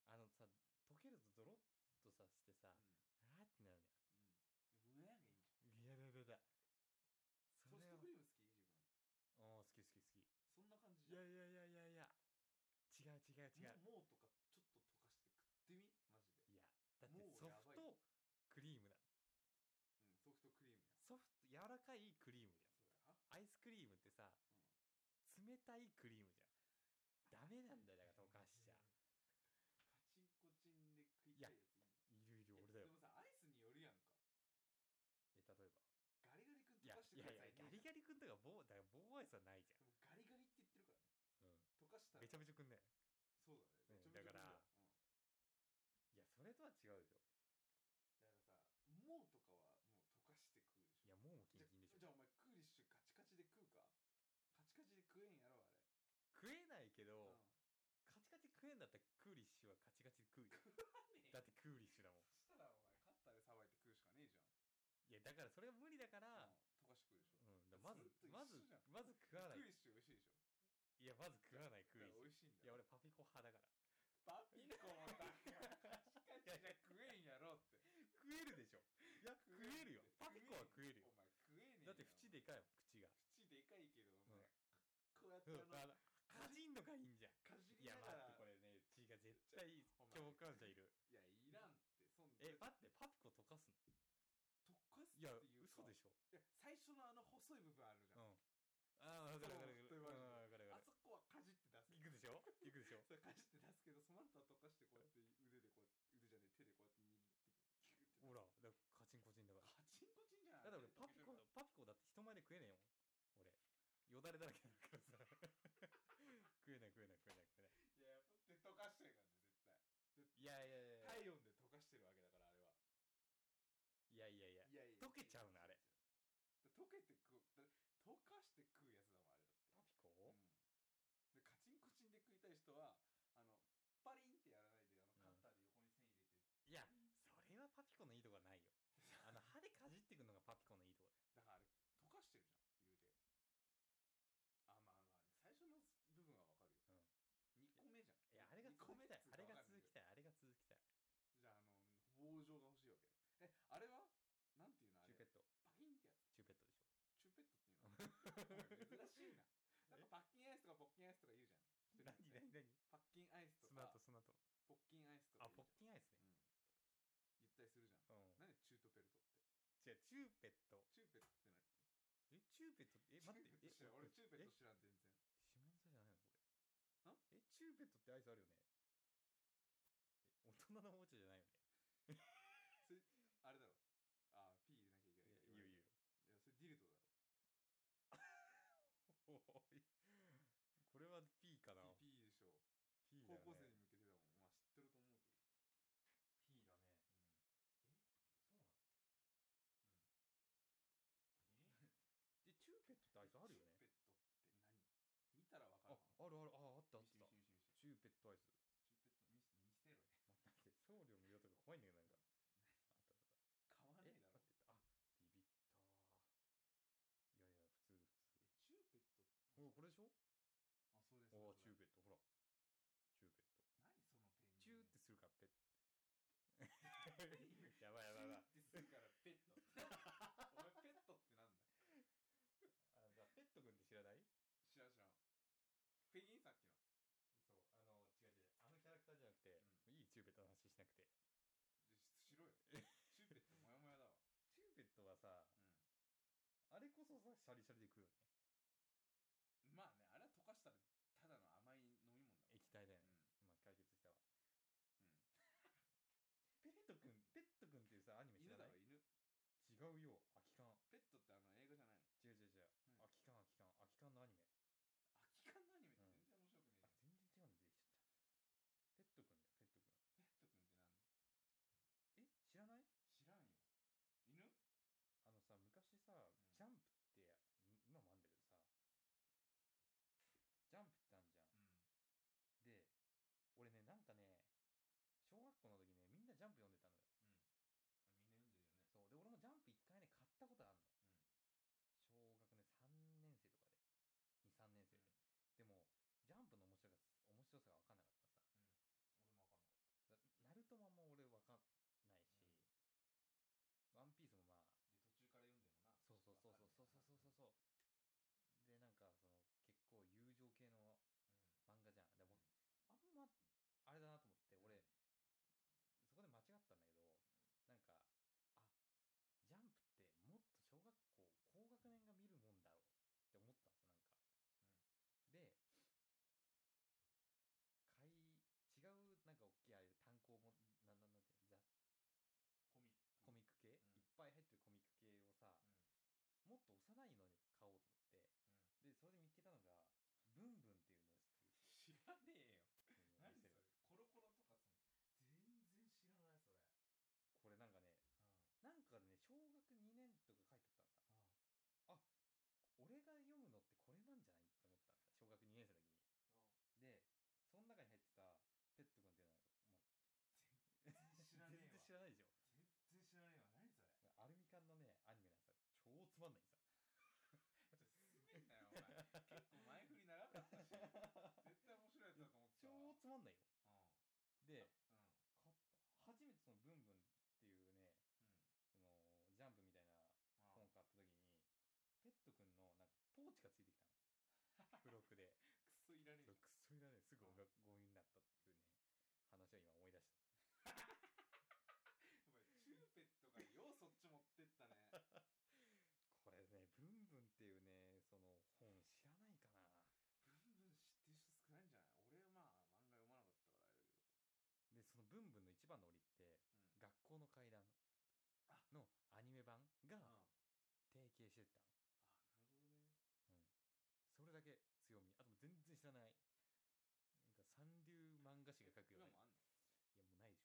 S1: あのさ溶けるとドロッとさしてさ、あーってなるじ
S2: うんうん、でもうなんかいいんじ
S1: ゃんいやだだだ
S2: ゃん
S1: そ
S2: ソフ
S1: れは
S2: トクリーム好き
S1: おー好き
S2: 自分
S1: 好き好き
S2: そんな感じ
S1: い
S2: じゃ
S1: や
S2: ん
S1: いやいやいやいや違う違う違う
S2: もうもうとかちょっと溶かして食ってみマ
S1: いや、だ
S2: ジで、
S1: って
S2: もう
S1: ソ
S2: やば
S1: フ
S2: い
S1: トクリームだ。
S2: うん、ソフトクリームや
S1: ソフト、柔らかいクリームじ
S2: そうや
S1: ゃん。アイスクリームってさ、冷たいクリームじゃん。ダメなんだよ、だから溶かしちゃ。
S2: カチンコチンで食いたいやついいね
S1: いるいる、
S2: え
S1: 俺だよ
S2: で。もさアイスによるやんか
S1: え、例えば。
S2: ガリガリ
S1: い
S2: 君溶
S1: や、
S2: かし
S1: いやいや
S2: てくださいね、
S1: ガリガリ君とか棒、だから棒アイスはないじ
S2: でもガリガリって言ってるからね
S1: ゃん。うん。
S2: 溶かし
S1: め
S2: たら
S1: ちゃめちゃくんない。
S2: そうだね
S1: うん
S2: めちゃめちゃ
S1: だから
S2: くるよ
S1: いや、それとは違うでしょ。
S2: うん、だからさもうとかはもう溶かして食うでし
S1: いや、も
S2: ょ
S1: うもキンキンでしょ。
S2: じゃあじゃあお前クーリッシュカチカチで食うかカチカチで食えんやろあれ
S1: 食えないけ
S2: う
S1: どカ
S2: ん、
S1: チカチ食えんだったらクーリッシュはカチカチで食うよ。
S2: ねえ
S1: だってクーリッシュだもん。
S2: そしたらお前カッターでさばいて食うしかねえじゃん
S1: いや、だからそれは無理だから、
S2: うん溶かして食うでしょ
S1: うん。だからまず
S2: そ、れと一緒
S1: まずまず食わな
S2: じゃん、ク
S1: い。
S2: ーリッシュ美味しいでしょ
S1: いや、まず食わないクーリッシュ
S2: だから。美味しいんだ
S1: いや
S2: よ
S1: 俺パピコ派だから
S2: パピコもだからカチカチじゃ食えんやろって
S1: 食えるでしょいや食えるよパピコは食えるよ
S2: お前食えねえ
S1: だって口で
S2: か
S1: かいもん口が
S2: 口でかいけどお前、
S1: うん
S2: こうやって
S1: うんあ
S2: あの
S1: のかじんのがいいんじゃん
S2: かじ
S1: い
S2: り
S1: や
S2: な
S1: 待って
S2: がら
S1: これね血が絶対
S2: お前
S1: 共感者いる
S2: いやいらんってそん
S1: え待ってパピコ溶かすの
S2: 溶かすって
S1: いや
S2: いうか
S1: 嘘でしょ
S2: いや最初のあの細い部分あるじゃん。
S1: ああ、わかるわかる
S2: そう
S1: わかる。うんわかるわ
S2: あ
S1: かる。
S2: そこはかじって出す。
S1: 行くでしょ行くでしょ
S2: それかじって出すけど、その後は溶かしてこうやって腕でこうやって、腕じゃねえ、手でこうやっ
S1: ほら、だからカチンコチンだから。
S2: て握って、キュッて。カチンコチンじゃ
S1: だっ
S2: ない
S1: て俺、パピ コ、パピコだって人前で食えねえよ。俺。よだれだらけだから さ。食えない食えない食えない食えない。
S2: いや、で溶かしてるからね、絶対。
S1: いやいやいやいや。いやいやいや。
S2: 体温で溶かしてるわけだから、あれは。いやいや
S1: 溶けちゃうのあれ。
S2: だ溶けて食う、だ溶かして食うやつだもん、あれだって。
S1: パピコ
S2: うんでカチンコチンで食いたい人はあのパリンってやらないであのカッターで横に線入れて、
S1: いや、それはパピコのいいとこはないよ。あの、歯でかじってくのがパピコのいいとこ
S2: だからあれ溶かしてるじゃん言うてあまあまあね最初の部分はわか
S1: うん
S2: るよ、2個目じゃん
S1: だよ。いや、あれ が続きたい。あれが続き
S2: たい
S1: たい。あれが続きたい。
S2: じゃああの棒状が欲しいわけえあれはなんていうのあ
S1: チュ
S2: れ
S1: ーペット。
S2: パキンって
S1: チ
S2: やつ
S1: ューペットでしょ。
S2: チューペットっていうのおい珍しいななんかパッキンアイスとかポッキンアイスとか言うじゃん知ってる
S1: 何
S2: よ
S1: 何何
S2: ねパッキンアイス
S1: 砂と砂と。
S2: とかポッキンアイスと
S1: あ
S2: か、
S1: ポッキンアイス
S2: ン
S1: ね。
S2: 言ったりするじゃん
S1: うん。
S2: 何チュート
S1: じゃチューペット。え、チューペットって、え、
S2: ベルトってチューペットって何
S1: 待って、え、
S2: チューペット知らん俺チューペット
S1: え
S2: 知らん全然
S1: 下ネタじゃないのこれ。
S2: ん
S1: え、チューペットってアイスあるよねえ大人のおもちゃじゃないよね。
S2: あれだろあー P 入れなきゃいけない
S1: いや、言う言う。
S2: いやそれディルドだろ
S1: おいこれは P かな
S2: P, P でしょ
S1: ?P だよね。P だね。で、チューペットってアイスあるよねああるある、あ、あったあった。チューペットアイス。待って、送料無料とか怖いんだけど、なんか。あったあった。え待ってあビビったいやいや普通ほらこれでしょあ
S2: 高校生に向けてだもんまあ知ってると思うけどチューペットって何見たらわかるか、な見して見して見してチューペット見せ見せろよ買わねえだろえチューペットってあそうです
S1: あチューペットほらチューペット
S2: ペット何そ
S1: チュ
S2: のペンギン
S1: ーってするからペッやばいやばい
S2: チュー
S1: やばい
S2: ってするからペットお前ペットってなん
S1: あの
S2: だ
S1: ペットくんって知らない
S2: 知らん知らんペン ギンさっきの
S1: そうあの違う違うあのキャラクターじゃなくて、いいチューペットの話しなくて
S2: でししろよチュ ーペットもやもやだわ
S1: チューペットはさ
S2: う
S1: あれこそさシャリシャリで食うよね
S2: んまあねあれは溶かしたらただの甘い飲み物だも
S1: 液体だ
S2: ん
S1: よ
S2: う
S1: ね、
S2: ん
S1: まあ解決したわ
S2: うん
S1: ペットくんペットくんっていうさアニメ知
S2: 犬
S1: らな
S2: だ
S1: い
S2: ろ犬
S1: 違うよ空き缶
S2: ペットってあの映画じゃないの
S1: 違う違う違う
S2: 何
S1: 空き缶空き缶空き缶のアニメ
S2: 空き缶のアニメって
S1: うん
S2: 全然面白くねえ
S1: あ、全然違うの出てきちゃった。ペットくんだよ、ペットくん。
S2: じゃんペットく
S1: え、知らないあのさ、昔さ、ジャンプ
S2: んってなんだ知らんよ犬
S1: って、ん今もあんだけどさ、ジャンプってあんじゃん。
S2: うん
S1: で、俺ね、なんかね、小学校の時ね、みんなジャンプ読んでたのよ。そう。で、俺もジャンプ一回ね、買ったことあるの。小学ね、3年生と
S2: うんあみんな読んでるよねうん
S1: かで。2、3年生で。でも、ジャンプの面白さ面白さが分かんなかったさ。
S2: 俺も
S1: なナルトもあんま俺分かんないし、ワンピースもまあ、そうそうそうそうそうそうそうそうそうでなんかその結構友
S2: わかんなかっうんたで途中から読んでもなう
S1: 情系の漫画じゃんでもあんまあれだなと思って俺そこで間違ったんだけどなんかあジャンプってもっと小学校高学年が見るもんだろうって思ったのなんか、で買い違うなんか大きいああいう単行もなんなんなんていうの雑
S2: コミック
S1: コミック系、
S2: うん
S1: いっぱい入ってるコミック系をさ、もっと幼いのに買おうと思って、でそれで見つけたのが「ブンブン」っていうのを知ってる
S2: 知らねえよ
S1: うん店
S2: 何それ
S1: で
S2: コロコロとかその全然知らないそ
S1: これ
S2: れ
S1: なんかねなんかね小学2年とか書いてあったのさ
S2: うん
S1: 俺が読むのってこれなんじゃないって思ったんだ小学2年生の時にでその中に入ってたペット君っていうのは、ま
S2: 全然知
S1: 全然知
S2: らねえわ
S1: らないでしょ
S2: 全然知らねえわ何そ
S1: ア
S2: れ
S1: ルミ缶のねアニメなんさ超つまんないさ
S2: ちょ 滑んなよお前結構前振り長かったし絶対面白いやつだと思ってた
S1: 超
S2: わ
S1: つまんないよ
S2: う
S1: で買った初めて
S2: んうん
S1: その「ブンブン」っていうね
S2: うん
S1: そのジャンプみたいな
S2: あ
S1: 本買った時にペットくんのなんかポーチがついてきた の付録で
S2: クソいらねえじ
S1: そうクソいらねえすぐ俺がゴミになったっていうね話を今思
S2: うん
S1: い出し
S2: ゃんお前チューペットがようそっち持ってったね
S1: たこれねブンブンって経営してったのそれだけ強みあともう全然知らないなんか三流漫画誌が書くような
S2: 今もあ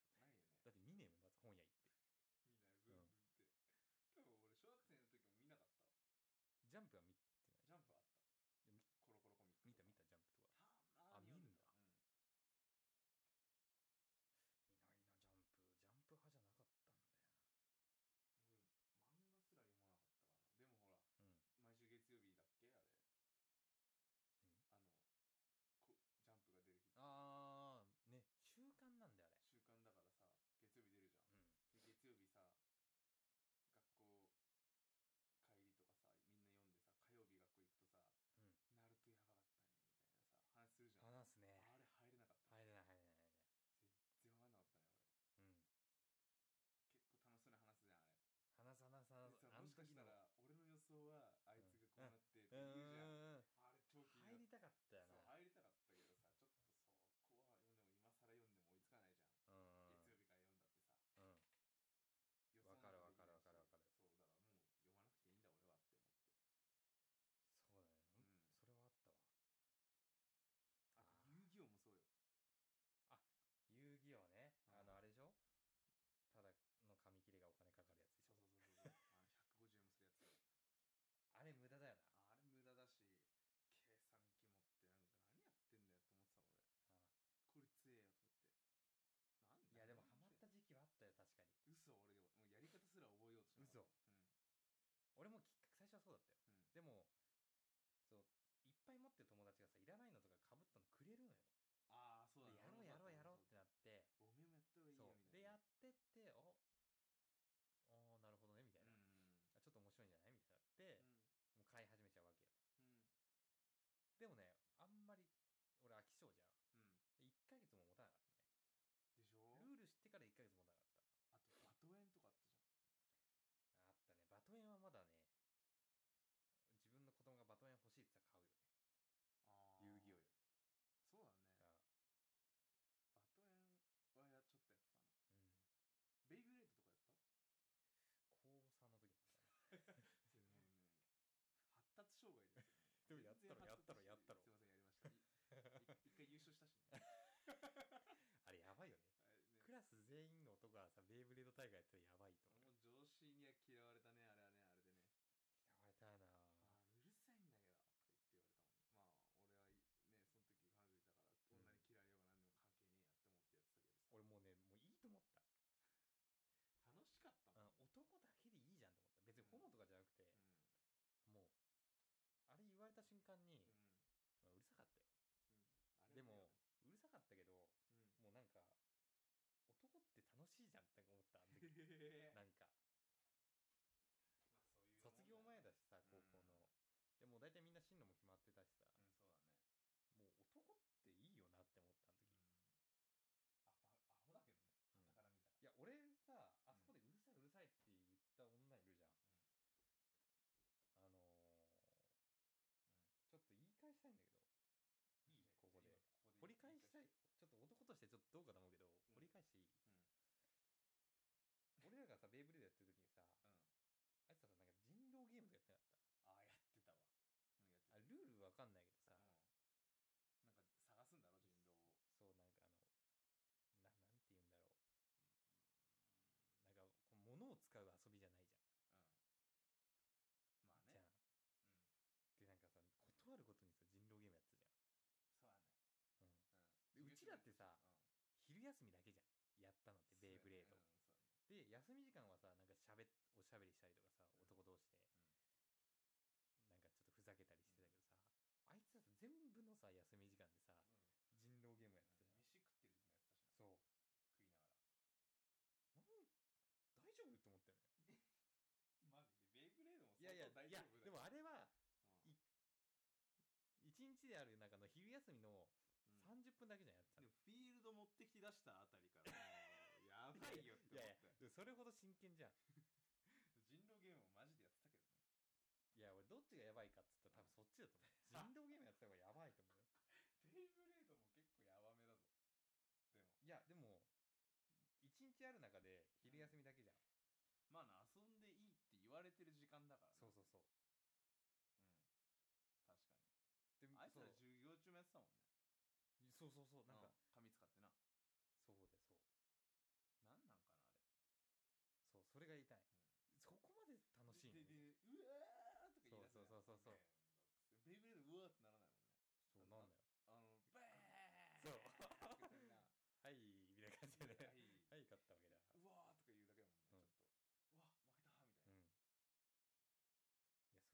S1: いやも
S2: んの
S1: うないでしょ
S2: ないよね
S1: だって見ねえもんまず本屋行って
S2: 見ない
S1: う
S2: ブン
S1: ん
S2: ブンって多分俺小学生の時も見なかったわ
S1: ジャンプは見
S2: ジャンプはあった
S1: でも
S2: コロコロコミック
S1: 見た見
S2: た
S1: たジャンプとかあ見んだ見ないなジャンプジャンプ派じゃなかったんだよ
S2: たまーに読でたうん俺漫画すら読まなかったかなでもほら
S1: うんあーね習慣なんだよあれ
S2: 毎週月曜日だっけあれあのこジャンプが出る日週刊だからさ月曜日
S1: うん
S2: 出るじゃんで月曜日さ学校帰りとかさみんな読んでさ火曜日
S1: うん話すね入れない入れない入れない
S2: 学校行くとさ「ナルトやばかったね」みたいなさ話するじゃんあれ入れなかった全
S1: うん
S2: 然わかんなかったね俺結構楽し
S1: 話す話す話すあの時
S2: そうに話すじゃんあれでさもしかした
S1: の
S2: ら俺の予想はあいつがこうなってって
S1: う
S2: 言うじゃん
S1: ーん
S2: あれ超気にな
S1: 入りた
S2: っ
S1: かったよ
S2: そう
S1: な
S2: 入りたかったけどさちょっとそこはでも今更読んでも追いつかないじゃん
S1: うんうん
S2: 月曜日か
S1: うんわかるわかるわかるわかる
S2: ら読んだってさ予なんできないしそうだからもう読まなくていいんだ俺はって思っ
S1: そうだね
S2: て
S1: ほんそれはあったわ
S2: うんあと
S1: あー
S2: 遊戯王もそうよ
S1: 遊戯王ね
S2: うん
S1: あのあれでしょただの紙切れがお金かかるやつでし
S2: そう
S1: ょ
S2: そうそうそうそうあの150円もするやつよ
S1: あれ無駄だよな
S2: あれ無駄だし計算機持ってなんか何やってんだよって思ってたもん俺これ強えよと思ってなん
S1: いやでもハマっ
S2: った
S1: 時期はあったよ確かに
S2: 嘘俺もうやり方すら覚えようとし
S1: 嘘俺もきっかけ最
S2: なかったうん
S1: 初はそうだったよ
S2: うん
S1: でもそういっぱい持ってる友達がさいらないのとかかぶったのくれるのよ
S2: ああそうだ
S1: でやろうやろうやろうってなって
S2: っておめえもやった
S1: そうでやってっておおーなるほどねみたいな、あちょっと面白いんじゃないみたいになって、
S2: 方がいいよみたいなうんう
S1: もう買い始めちゃうわけよ
S2: んうん
S1: でもねあんまり俺飽き性じゃん
S2: うん
S1: 1ヶ月も持たなかったね
S2: でしょ
S1: ルール知ってから1ヶ月もなかった
S2: あとバトエンとかあったじゃん
S1: あったねバトエンはまだね自分の子供がバトエン欲しいって言ったら買うよね
S2: あ
S1: 遊戯王より
S2: そうだ
S1: あ
S2: ねバトエンはやちょっとやってたな
S1: うん
S2: ベイブレードとかやっ
S1: 高3の時だ
S2: た
S1: ったな
S2: それもうね発達障害ですよ
S1: でもやったろやったろやったろ
S2: すいませんやりましたいい一回優勝したし ね
S1: あれやばいよね
S2: あれね
S1: クラス全員の男がさベイブレード大会やったらやばいと思う
S2: もう上司には 嫌われたねあれはねあれで
S1: 嫌われたな
S2: ねあーうるさいんだけどとか言って言われたもんねまあ俺はいねその時彼女いたから
S1: うん
S2: 女に嫌いようが何でも
S1: 俺もうねもういいと思ったあの男だけでいいじゃんと思っ
S2: 関係ねえやって思ってやってたけどさ楽 しかったもん
S1: た別にホモとかじゃなくて
S2: う、ん
S1: もうあれ言われた瞬間に
S2: う、ん
S1: まあうるさかったよ
S2: うんあれはね
S1: でもうるさかったけど
S2: うん
S1: もうなんか男って楽しいじゃんって思ったあの時
S2: ま
S1: なんか
S2: あそういうもんだ
S1: 卒業前
S2: よ
S1: だしさ高校
S2: うん
S1: のでもう大体みんな進路も決まってたしさ
S2: うんそうだ
S1: もう
S2: ね
S1: 男っていいよなって思ったあの時
S2: あばアホだけどね
S1: うん
S2: 傍から見
S1: いや俺さ
S2: たら
S1: あそこでうるさいうるさいって言った女いるじゃん、あのーちょっと言い返したいんだけどいいここで掘り返したいちょっと男としてちょっとどうかと思うけど、
S2: ん
S1: 掘り返していい、
S2: うん
S1: 俺らがさベイブレードやってる時にさ
S2: うん
S1: あいつらさなんか人狼ゲームとかやってなかったあルールわか
S2: ああやってたわうんやってた
S1: んないけどさ、
S2: うんなんか探すんだろ人狼を
S1: そうなんかあのななんて言うんだろうなんかこう物を使う遊びじゃないじゃん、
S2: うんまあ
S1: じゃ
S2: ね
S1: ん
S2: うん
S1: でなんかさ断ることにさ人狼ゲームやってたじ
S2: そうだね
S1: ゃん、うん、
S2: う
S1: で
S2: ん
S1: うちらってさ昼休みだけじゃんやったのってベイブレード、
S2: そう
S1: で休み時間はさなんかしゃべっおしゃべりしたりとかさ
S2: うん
S1: 男同士で、なんかちょっとふざけたりしてたけどさ、あいつらさ全部のさ休み時間でさ
S2: だね
S1: 人狼ゲームやってたじゃん、
S2: うん飯食ってる時もやって
S1: そう
S2: たしな食いながら
S1: なん大丈夫って思ったよね
S2: マジでベイブレードも
S1: いやいや
S2: 相当大
S1: いや
S2: 丈夫だ
S1: でもあれは
S2: うん
S1: い一日である中の昼休みの
S2: うん
S1: 30分だけじゃんやってた
S2: で
S1: の、
S2: もフィールド持ってきて出したあたりか らもうやばいよって思
S1: いやい
S2: っ
S1: や
S2: たよ
S1: でもそれほど真剣じゃん
S2: 人狼ゲームもマジでやってたけどね
S1: いや俺どっちがやばいかっつったら多分そっちだと思 う人狼ゲームやってた方がやばいと思うよ
S2: ベイブレードも結構やばめだぞでも
S1: いやでも一日ある中で昼休みだけじゃん、
S2: まあな遊んでいいって言われてる時間だから
S1: そう
S2: な
S1: そうそうで
S2: 確かにあいつら
S1: そう
S2: 授業中もやってたもんね
S1: そうそうそうなんか、
S2: う紙使ってな
S1: そうだよそう
S2: なんなんかな
S1: そうそれ
S2: あれ
S1: が言いたい、そこまで楽しいの
S2: で
S1: ね
S2: でうわーとか言い出す
S1: そうそうそうそうそう
S2: ベイブレードうわーってならないもんね
S1: そうなんだよそう
S2: あのバーとか言ってな
S1: はいみたいな感じで ね
S2: はい
S1: はい勝ったわけだ
S2: うわーとか言うだけだもんね、
S1: うん
S2: ちょっとう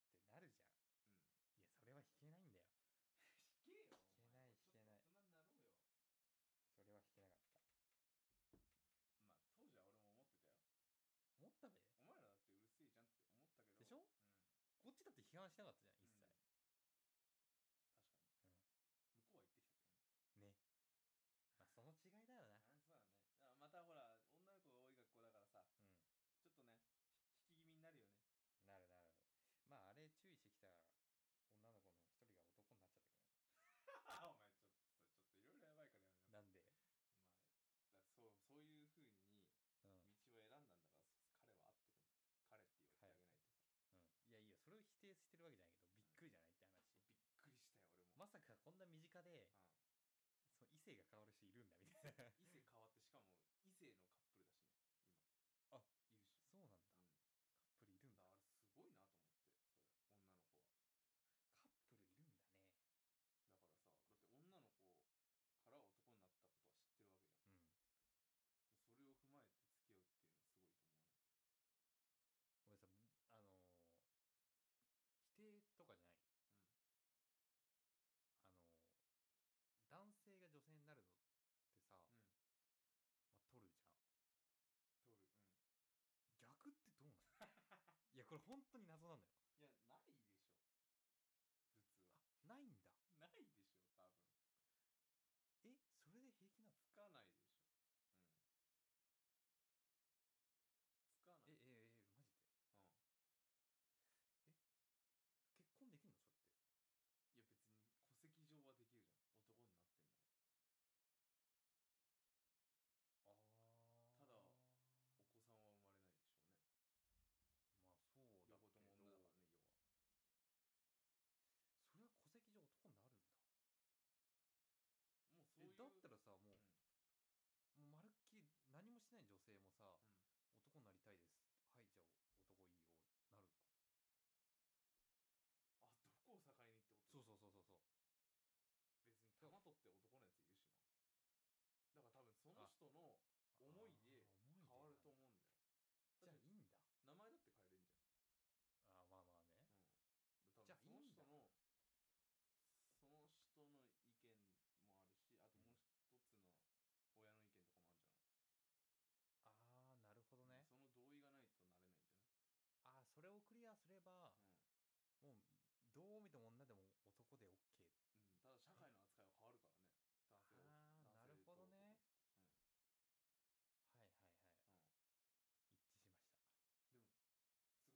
S2: わ負けたみたい
S1: うんい
S2: な、
S1: やそれは言いたかったずっと
S2: なるほどね、
S1: うん
S2: まあどっちも
S1: ってなるじゃんいやそれは弾け
S2: どっちって話だよね
S1: ないんだよ
S2: 引け
S1: 引
S2: よ
S1: けない引け
S2: お前も
S1: ないう
S2: ちょっと大人になろうよ
S1: それは弾けなかった思ったべ
S2: まあ当時は俺も思ってたよお前らだ
S1: でしょこっちだって批判しなかったじゃん一切、
S2: ってうるせえじゃんって思ったけど うん、うん、
S1: ねまあその違い
S2: 確かに、向こうは言ってきたけどね
S1: だよな
S2: あそうだねあまたほら女の子が多い学校だからさ
S1: うん
S2: ちょっとねひ引き気味になる
S1: なるなる
S2: よね
S1: まああれ注意してきた女の子の一人が男になっちゃったけどね
S2: あお前ちょっとそれちょっといろいろやばいからやめよう
S1: なんで
S2: まあだそうそういうふうに
S1: うん
S2: 道を選んだんだからそ彼は合ってるんだ彼って言われてあげないとさ、
S1: うんいやいやそれを否定してるわけじゃないけどびっくりじゃないって話
S2: びっくりしたよ俺も、
S1: まさかこんな身近で
S2: うん
S1: その異性が変わる人いるんだみたいな
S2: 異性変わってしかも異性のカップルだしね
S1: あ
S2: いるし、
S1: そうなんだ
S2: うん、
S1: カップルいるんだ
S2: だからあれすごいなと思ってそれ女の子は
S1: カップルいるんだね
S2: だからさだって女の子から男になったこ
S1: うん
S2: とは知ってるわけじゃんそれを踏まえて付き合うっていうのはすごいと思わ
S1: 俺さぶあのー否定とか
S2: ない
S1: じゃない、あのー男性が女性になるのってさ、
S2: うん
S1: まあ、取るじゃん逆ってど
S2: 取るうん
S1: うなの いやこれ本当に謎なんだよ
S2: いやないでしょ普通
S1: な
S2: は
S1: いんだ
S2: ないでしょ多分
S1: えそれで平気なの
S2: つかないでしょうんつかない
S1: ええええマジで
S2: うん
S1: 結婚できんのそれって
S2: いや別に戸籍上はできるじゃん男になってんだから
S1: あ
S2: ただ
S1: ま
S2: お子さんは生まれないでしょ
S1: あそうだ
S2: うね両
S1: け
S2: 方
S1: ど
S2: とも女だからね要は
S1: それは戸籍上男になるんだえだったらさもうもうまるっきり何もしない女性もさ、男になりたいで
S2: もうそういううん、うん
S1: すはいじゃあ男いいよなるか
S2: あどこを境にってこと
S1: そうそうそうそうそう
S2: 別に玉取って男のやついるしな
S1: あー思いで
S2: だから多分その人の思いで変わると思うんだよ
S1: じゃあい
S2: だって
S1: いんだ
S2: 名前だって変えれんじゃん
S1: あーまあまあね
S2: うん、多
S1: じゃあ
S2: 分そ
S1: い
S2: の
S1: いん
S2: 人
S1: だ
S2: のその人の意見もあるしあともう一つの親の意見とかもあるんじゃない、
S1: ああなるほどね
S2: その同意がないとなれ
S1: ああそれ
S2: ないんじゃない、
S1: をクリアすれば、もうどう見ても女でも男で OK
S2: うんうん、ただ社会の扱いは変わるからね男性を
S1: あー
S2: 男性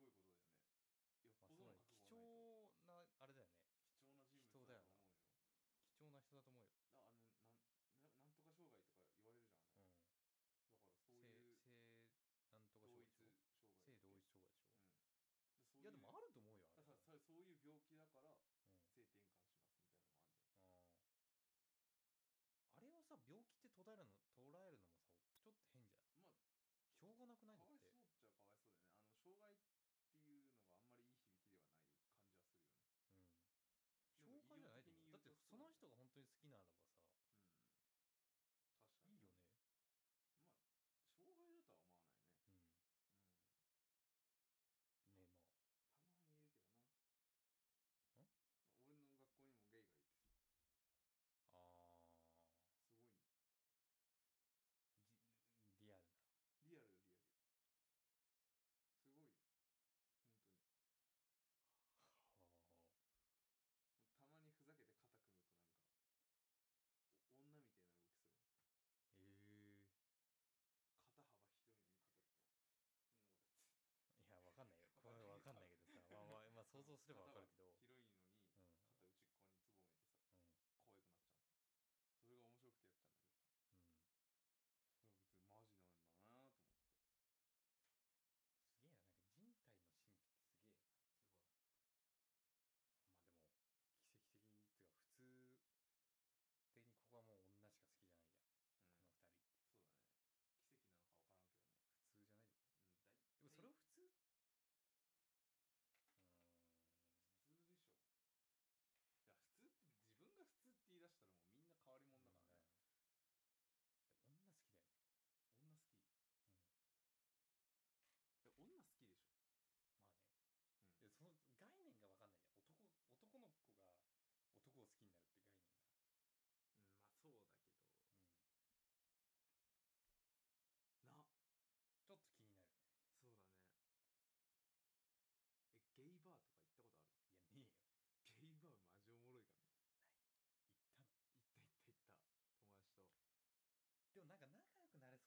S1: なるほどね
S2: と男
S1: はいはいはい一致しました、
S2: うんすごいことだよねよっ
S1: ま
S2: ぽ
S1: あ、そ
S2: ど
S1: う
S2: の
S1: だね
S2: 覚
S1: 貴
S2: 悟がないと
S1: 重なあれだよね
S2: 貴重
S1: 人だよ
S2: な人物だと
S1: な貴重な人
S2: 思うよ
S1: だと思うよ、
S2: だあのなんななんとか障害とか言われるじゃん、
S1: うん、
S2: だからそう
S1: 性
S2: いう
S1: 性なんとか
S2: 同
S1: 障害
S2: 一
S1: でしょ性同一障害でしょ、い
S2: 障害うん、
S1: やでも
S2: る
S1: あると思うよあれは
S2: だからさそういう病気だから
S1: うん
S2: 性転換しますみたいなのもあるじゃん
S1: あれはさ病気って捉えるの捉えるのもさちょっと変じゃん
S2: まあ
S1: しょうがなくないの
S2: か
S1: っ
S2: わい
S1: て
S2: そうっちゃかわいそうだよねあの
S1: うんしょうがじゃな
S2: 障害っていうのがあんまりいい響きではない感じはするよね
S1: いと思うだってその人が本当に好きならばさ
S2: うん確か
S1: い
S2: に
S1: いよね
S2: まあ障害だとは思わないね
S1: うんねまあ
S2: うんたまにいるけどなん俺の学校にもゲイがいてさ
S1: あ
S2: すごい
S1: ーじ
S2: の
S1: リアルな
S2: リアルよリアルよすごいよ本当に
S1: は
S2: たまにふざけて肩組むとなんかお女みた
S1: あへえ
S2: いな動きするもん肩幅広いのに肩って
S1: いやわかんないよこれわかんないけどさまあまあ、まあ、想像すればわかるけど
S2: 広いの
S1: う
S2: に
S1: ん
S2: 肩内っ側につぼめてさ
S1: うん
S2: 可愛くなっちゃうのそれが面白くてやっちゃうんだけどさ
S1: うん
S2: めっちゃ仲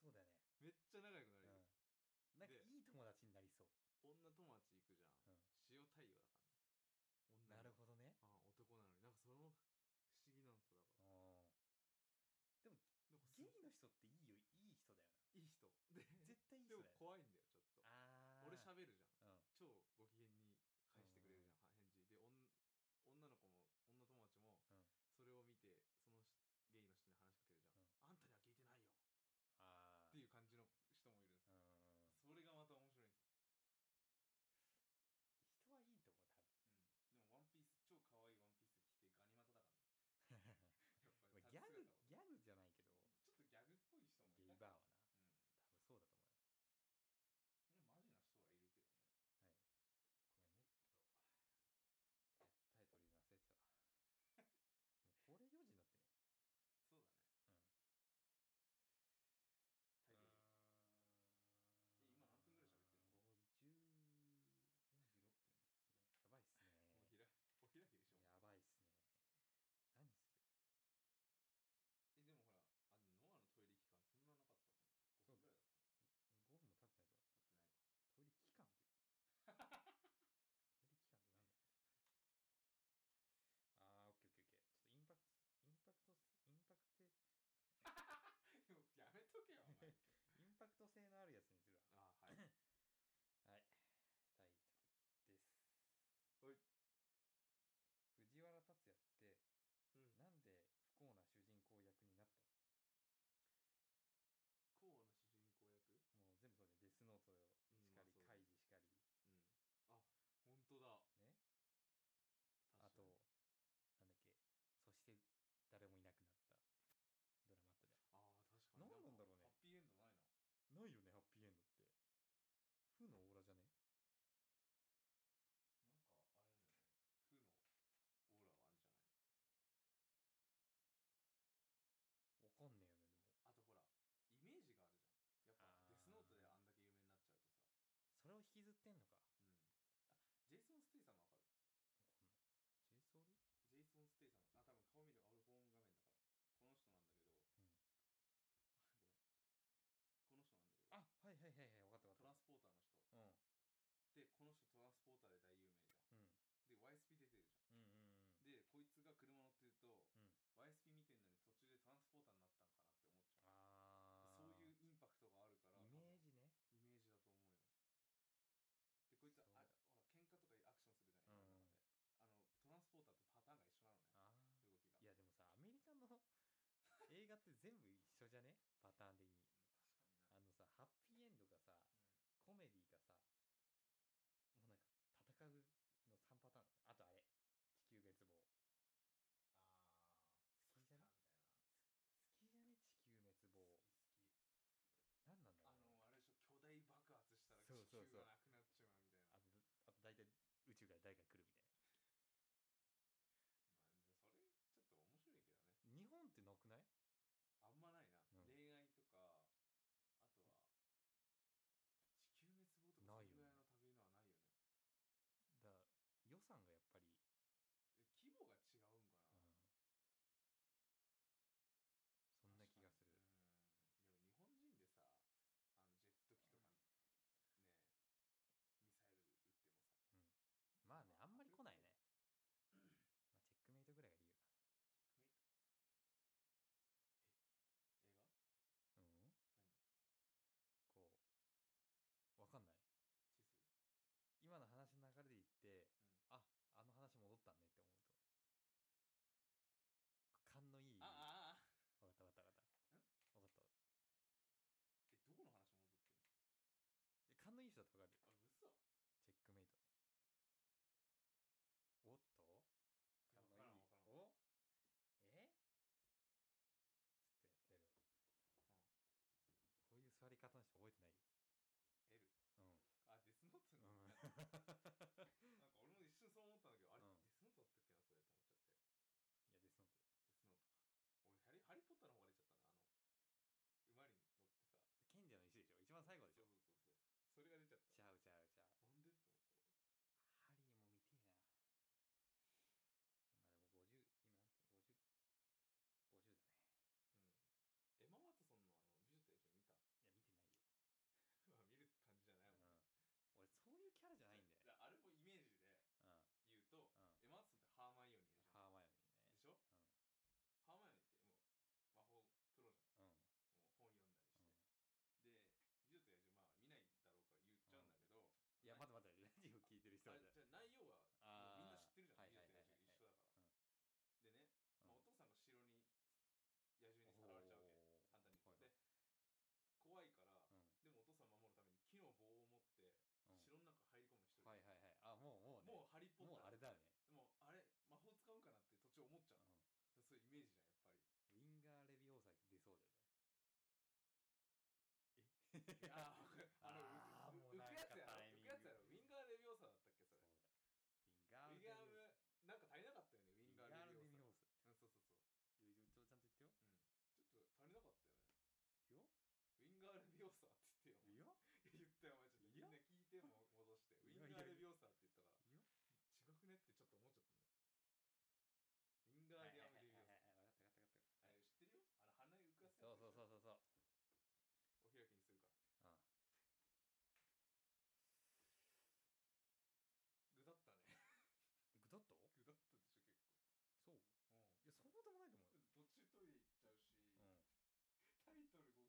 S2: 良くなれる、
S1: うん、なんかいい友達になりそう
S2: 女友達行く
S1: うん
S2: じゃん、
S1: なるほどね
S2: 塩対応だからね女どああ男なのになんかそれも不思議なんですよだから
S1: あ
S2: なんか
S1: ー
S2: す
S1: ゲ
S2: ご
S1: イ
S2: い
S1: の人っていいよいい人だよ
S2: いい人で
S1: な絶対いい
S2: で
S1: 人
S2: も
S1: だよ、ね、
S2: 怖いんだよちょっと
S1: あー
S2: 俺喋るじゃん
S1: うん
S2: 超ご機嫌に返してくれるじゃん、は返事でおん女の子も女友達も
S1: うん
S2: それを見てそのしゲイの人に話しかけ
S1: うん
S2: るじゃん、あんたには聞いてないよ
S1: あー
S2: っていう感じの人もいるんです
S1: うんうん
S2: それがまた面白いんですよ、
S1: 人はいいと思う多分
S2: うん、でもワンピース超可愛いワンピース着てガニ股だからねやっぱ
S1: ま
S2: り
S1: あギャグ
S2: 立ち
S1: ギャグじゃないけど
S2: 姿 は
S1: ゲイバーはな多分そう
S2: ちょっとギャグっぽい人もいたうん
S1: だと思うよはいごめんねタイトル
S2: でもマジな人はいるけどね
S1: 言うの忘れてたわもう高齢行事になってねうん
S2: そうだねタイトルえ今何分ぐらい喋ってるの
S1: 5046分やばいっすね
S2: おひらお開きでしょ
S1: やばいっすね何する
S2: えでもほらあのノアのトイレ期間そんななかったもん
S1: そう
S2: 5
S1: 5分も経っ
S2: 分ぐらいだったもん
S1: てないと思う
S2: 経ってないか
S1: トイレ期間っていうトイレ期間ってなんだあーオッケーオッケーオッケーちょっとインパクトインパクトインパクトインパクト性のあるやつにするわ はい、タイ
S2: やめとけ よお前あはい
S1: トルです。 藤原竜也って、なんで不幸な主人公役になったのもう全部そうじゃん。デスノートしかり、カイジしかり、ね。あと、なんだっけ、そして誰も
S2: はい。うんこうな主人公役うんまあそうだねうんあ本当だ確かに
S1: いなくなったドラマあったじゃ
S2: あー確か
S1: 何な
S2: に
S1: ん
S2: か
S1: だろうね。
S2: ハッピーエン
S1: ないよね、
S2: ドないなん
S1: ハッピーエンドって。負のオーラじゃね
S2: なんかあれだよね負のオーラはあんじゃないの
S1: わかんねえよね、でも。
S2: あとほらイメージがあるじゃんやっぱ
S1: あー
S2: デスノートであんだけ有名になっちゃうと
S1: そ
S2: さ
S1: れを引きずってんのか。わ
S2: うんあジェイソン・ステイさんもわかる
S1: かんない。ジェイソウル
S2: ジェイソン・ステイさんあ多分顔見る俺ホーム画面だからこの人なんだ
S1: う
S2: けど、
S1: ん
S2: ごめんこの人なんだけど
S1: あ、はいはいはいはい、わかったわ
S2: ト
S1: かっ
S2: ランスポーターの人
S1: た。うん。
S2: でこの人トランスポーターで大有名じゃん
S1: うん。
S2: で YSP 出
S1: うんうんう
S2: てるじゃん
S1: ん。
S2: でこいつが車乗っ
S1: うん
S2: てると、YSP 見てんのに途中でトランスポーターになったんかなっ
S1: あ
S2: て思っちゃうそういう
S1: イメー
S2: インパクトがあるから多
S1: ジね
S2: 分イメージだと思うよでこい
S1: そ
S2: つ
S1: う
S2: あほら喧嘩とかアクションするじゃん映画の
S1: あーいやでもさアメリカの
S2: 中で、あのトランスポーターとパターンが一緒なのね動きが
S1: 映 画って全部一緒じゃねパターン的に
S2: うん確かにな
S1: あのさハッピーエンドがさ
S2: う
S1: コメディがさもうなんか戦うの3パターンあとあれ地球滅亡好
S2: んあー
S1: 好きじゃね
S2: 好きかみたいな
S1: きじゃね地球滅亡
S2: 好き好き
S1: 何なんだろ
S2: あ
S1: うね
S2: のあれでしょ巨大爆発し
S1: そうそうそう
S2: たら地球がなくなっちまうみたいな
S1: あとあと大体宇宙から誰か来るみたい
S2: まあでもそれちょっと面白いけど
S1: な日本ってな
S2: ね
S1: くない
S2: あんまないな、
S1: うん
S2: 恋愛とかあとは地球滅亡とか
S1: な
S2: そ
S1: い
S2: れ
S1: よ
S2: ぐ
S1: ね
S2: らいの類のはないよね
S1: だ予算がやっぱり、
S2: え規模が違うんか
S1: う
S2: な、
S1: ん、そんな気がする
S2: 確かにうんでも日本人でさあのジェット機とかねミサイル撃ってもさ
S1: まあね、あんまり もうあれだよね。
S2: もうあれ魔法使うんかなって途中思っちゃう、そういうイメージじゃんやっぱり
S1: ウィンガーレビオーサ出そうだよね。
S2: いやあわかるあの
S1: あー
S2: う
S1: もう
S2: 浮
S1: なんか
S2: くやつや
S1: タ
S2: ろ
S1: イミング
S2: 浮くやつやろウィンガーレビオーサだったっけそれ
S1: そうだ。
S2: ウ
S1: ウィン
S2: ィン
S1: ガ
S2: ガー
S1: ー
S2: ムなんか足りなかったよねウィンガーレビオーサ
S1: レビオーサ。
S2: うんそうそうそう
S1: いやちょちゃんと言ってよ。
S2: ちょっと足りなかったよね
S1: いくよ。
S2: ウィンガーレビオーサって言って
S1: いい
S2: よ
S1: よ。
S2: 言
S1: いやいやい
S2: ったよお前ちょっとみんな聞いても戻してウィンガ
S1: や
S2: ー
S1: いいよ
S2: レビオーサって言ったから違くねってちょっと思っちゃったねウィンガーディアムレビオーサあれ知ってるよあの鼻浮かせ
S1: そうそうそううそうそう。
S2: お開きに
S1: う
S2: するか
S1: ん。
S2: 具だったね
S1: グダッと？
S2: 具だったでしょ結
S1: そう。いやそう
S2: 構うん
S1: でもないと思うよ。
S2: 途中トイレ行っちゃうし、
S1: う
S2: タイトル5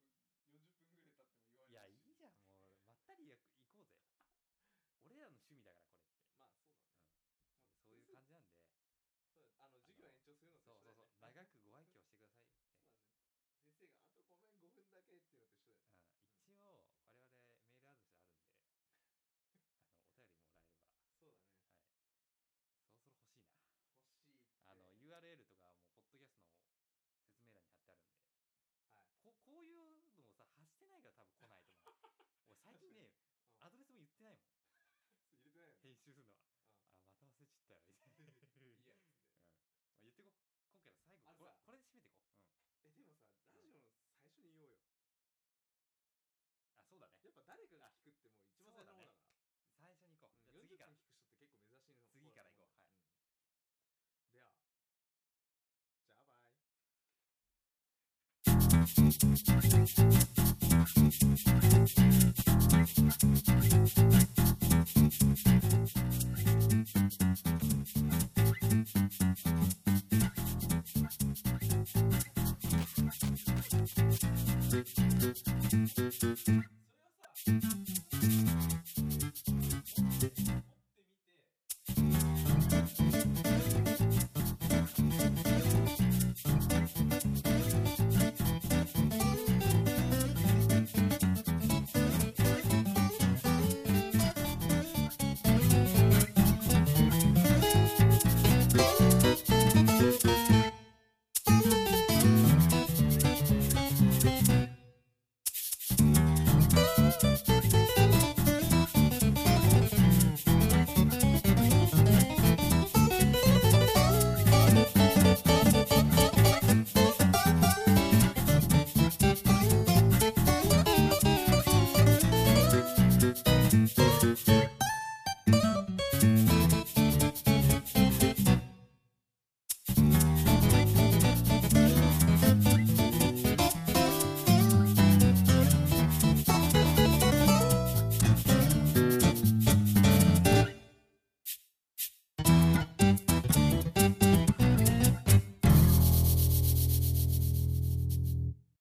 S2: 分40分ぐらい経っても 言
S1: ん。いや
S2: わないい
S1: い
S2: し
S1: じゃんもうまったりや行こうぜ。俺らの趣味だからこれって。
S2: まあそう
S1: そ
S2: だね、まあ
S1: ういう感じなんで。
S2: そうだあの授業延長するのと
S1: そうそ
S2: 一緒
S1: う
S2: だよ
S1: そう長くご愛
S2: ね
S1: 嬌してくださいって。
S2: そうだね先生があとごめん5分だけっていうのと一緒だよね
S1: うん、一応我々メールアドレスあるんであのお便りもらえればそろそろ欲
S2: そうだね
S1: しいなあの
S2: 欲しいって
S1: URL とかもうポッドキャストの説明欄に貼ってあるんで
S2: はい
S1: ここういうのをさ発してないから多分来ないと思う俺最近ね
S2: う
S1: アドレス
S2: ん
S1: も言ってないもん
S2: 入れてないよね
S1: 編集するのはあ
S2: うん
S1: また忘れちゃったよみたいなまあ言ってこ今回の最後これこれで締めてこう、うん、
S2: いいやつであのさえでもさラジオの最初に言おうよ
S1: あそうだね
S2: やっぱ誰かが聞くってもう一番最初の方だから
S1: 最初に行こう、
S2: う
S1: じ
S2: ん
S1: ゃあ次
S2: 40
S1: から
S2: 分聞く人って結構珍しいの
S1: 次から行こう
S2: だと思んだようんではじゃあバイそれはさ、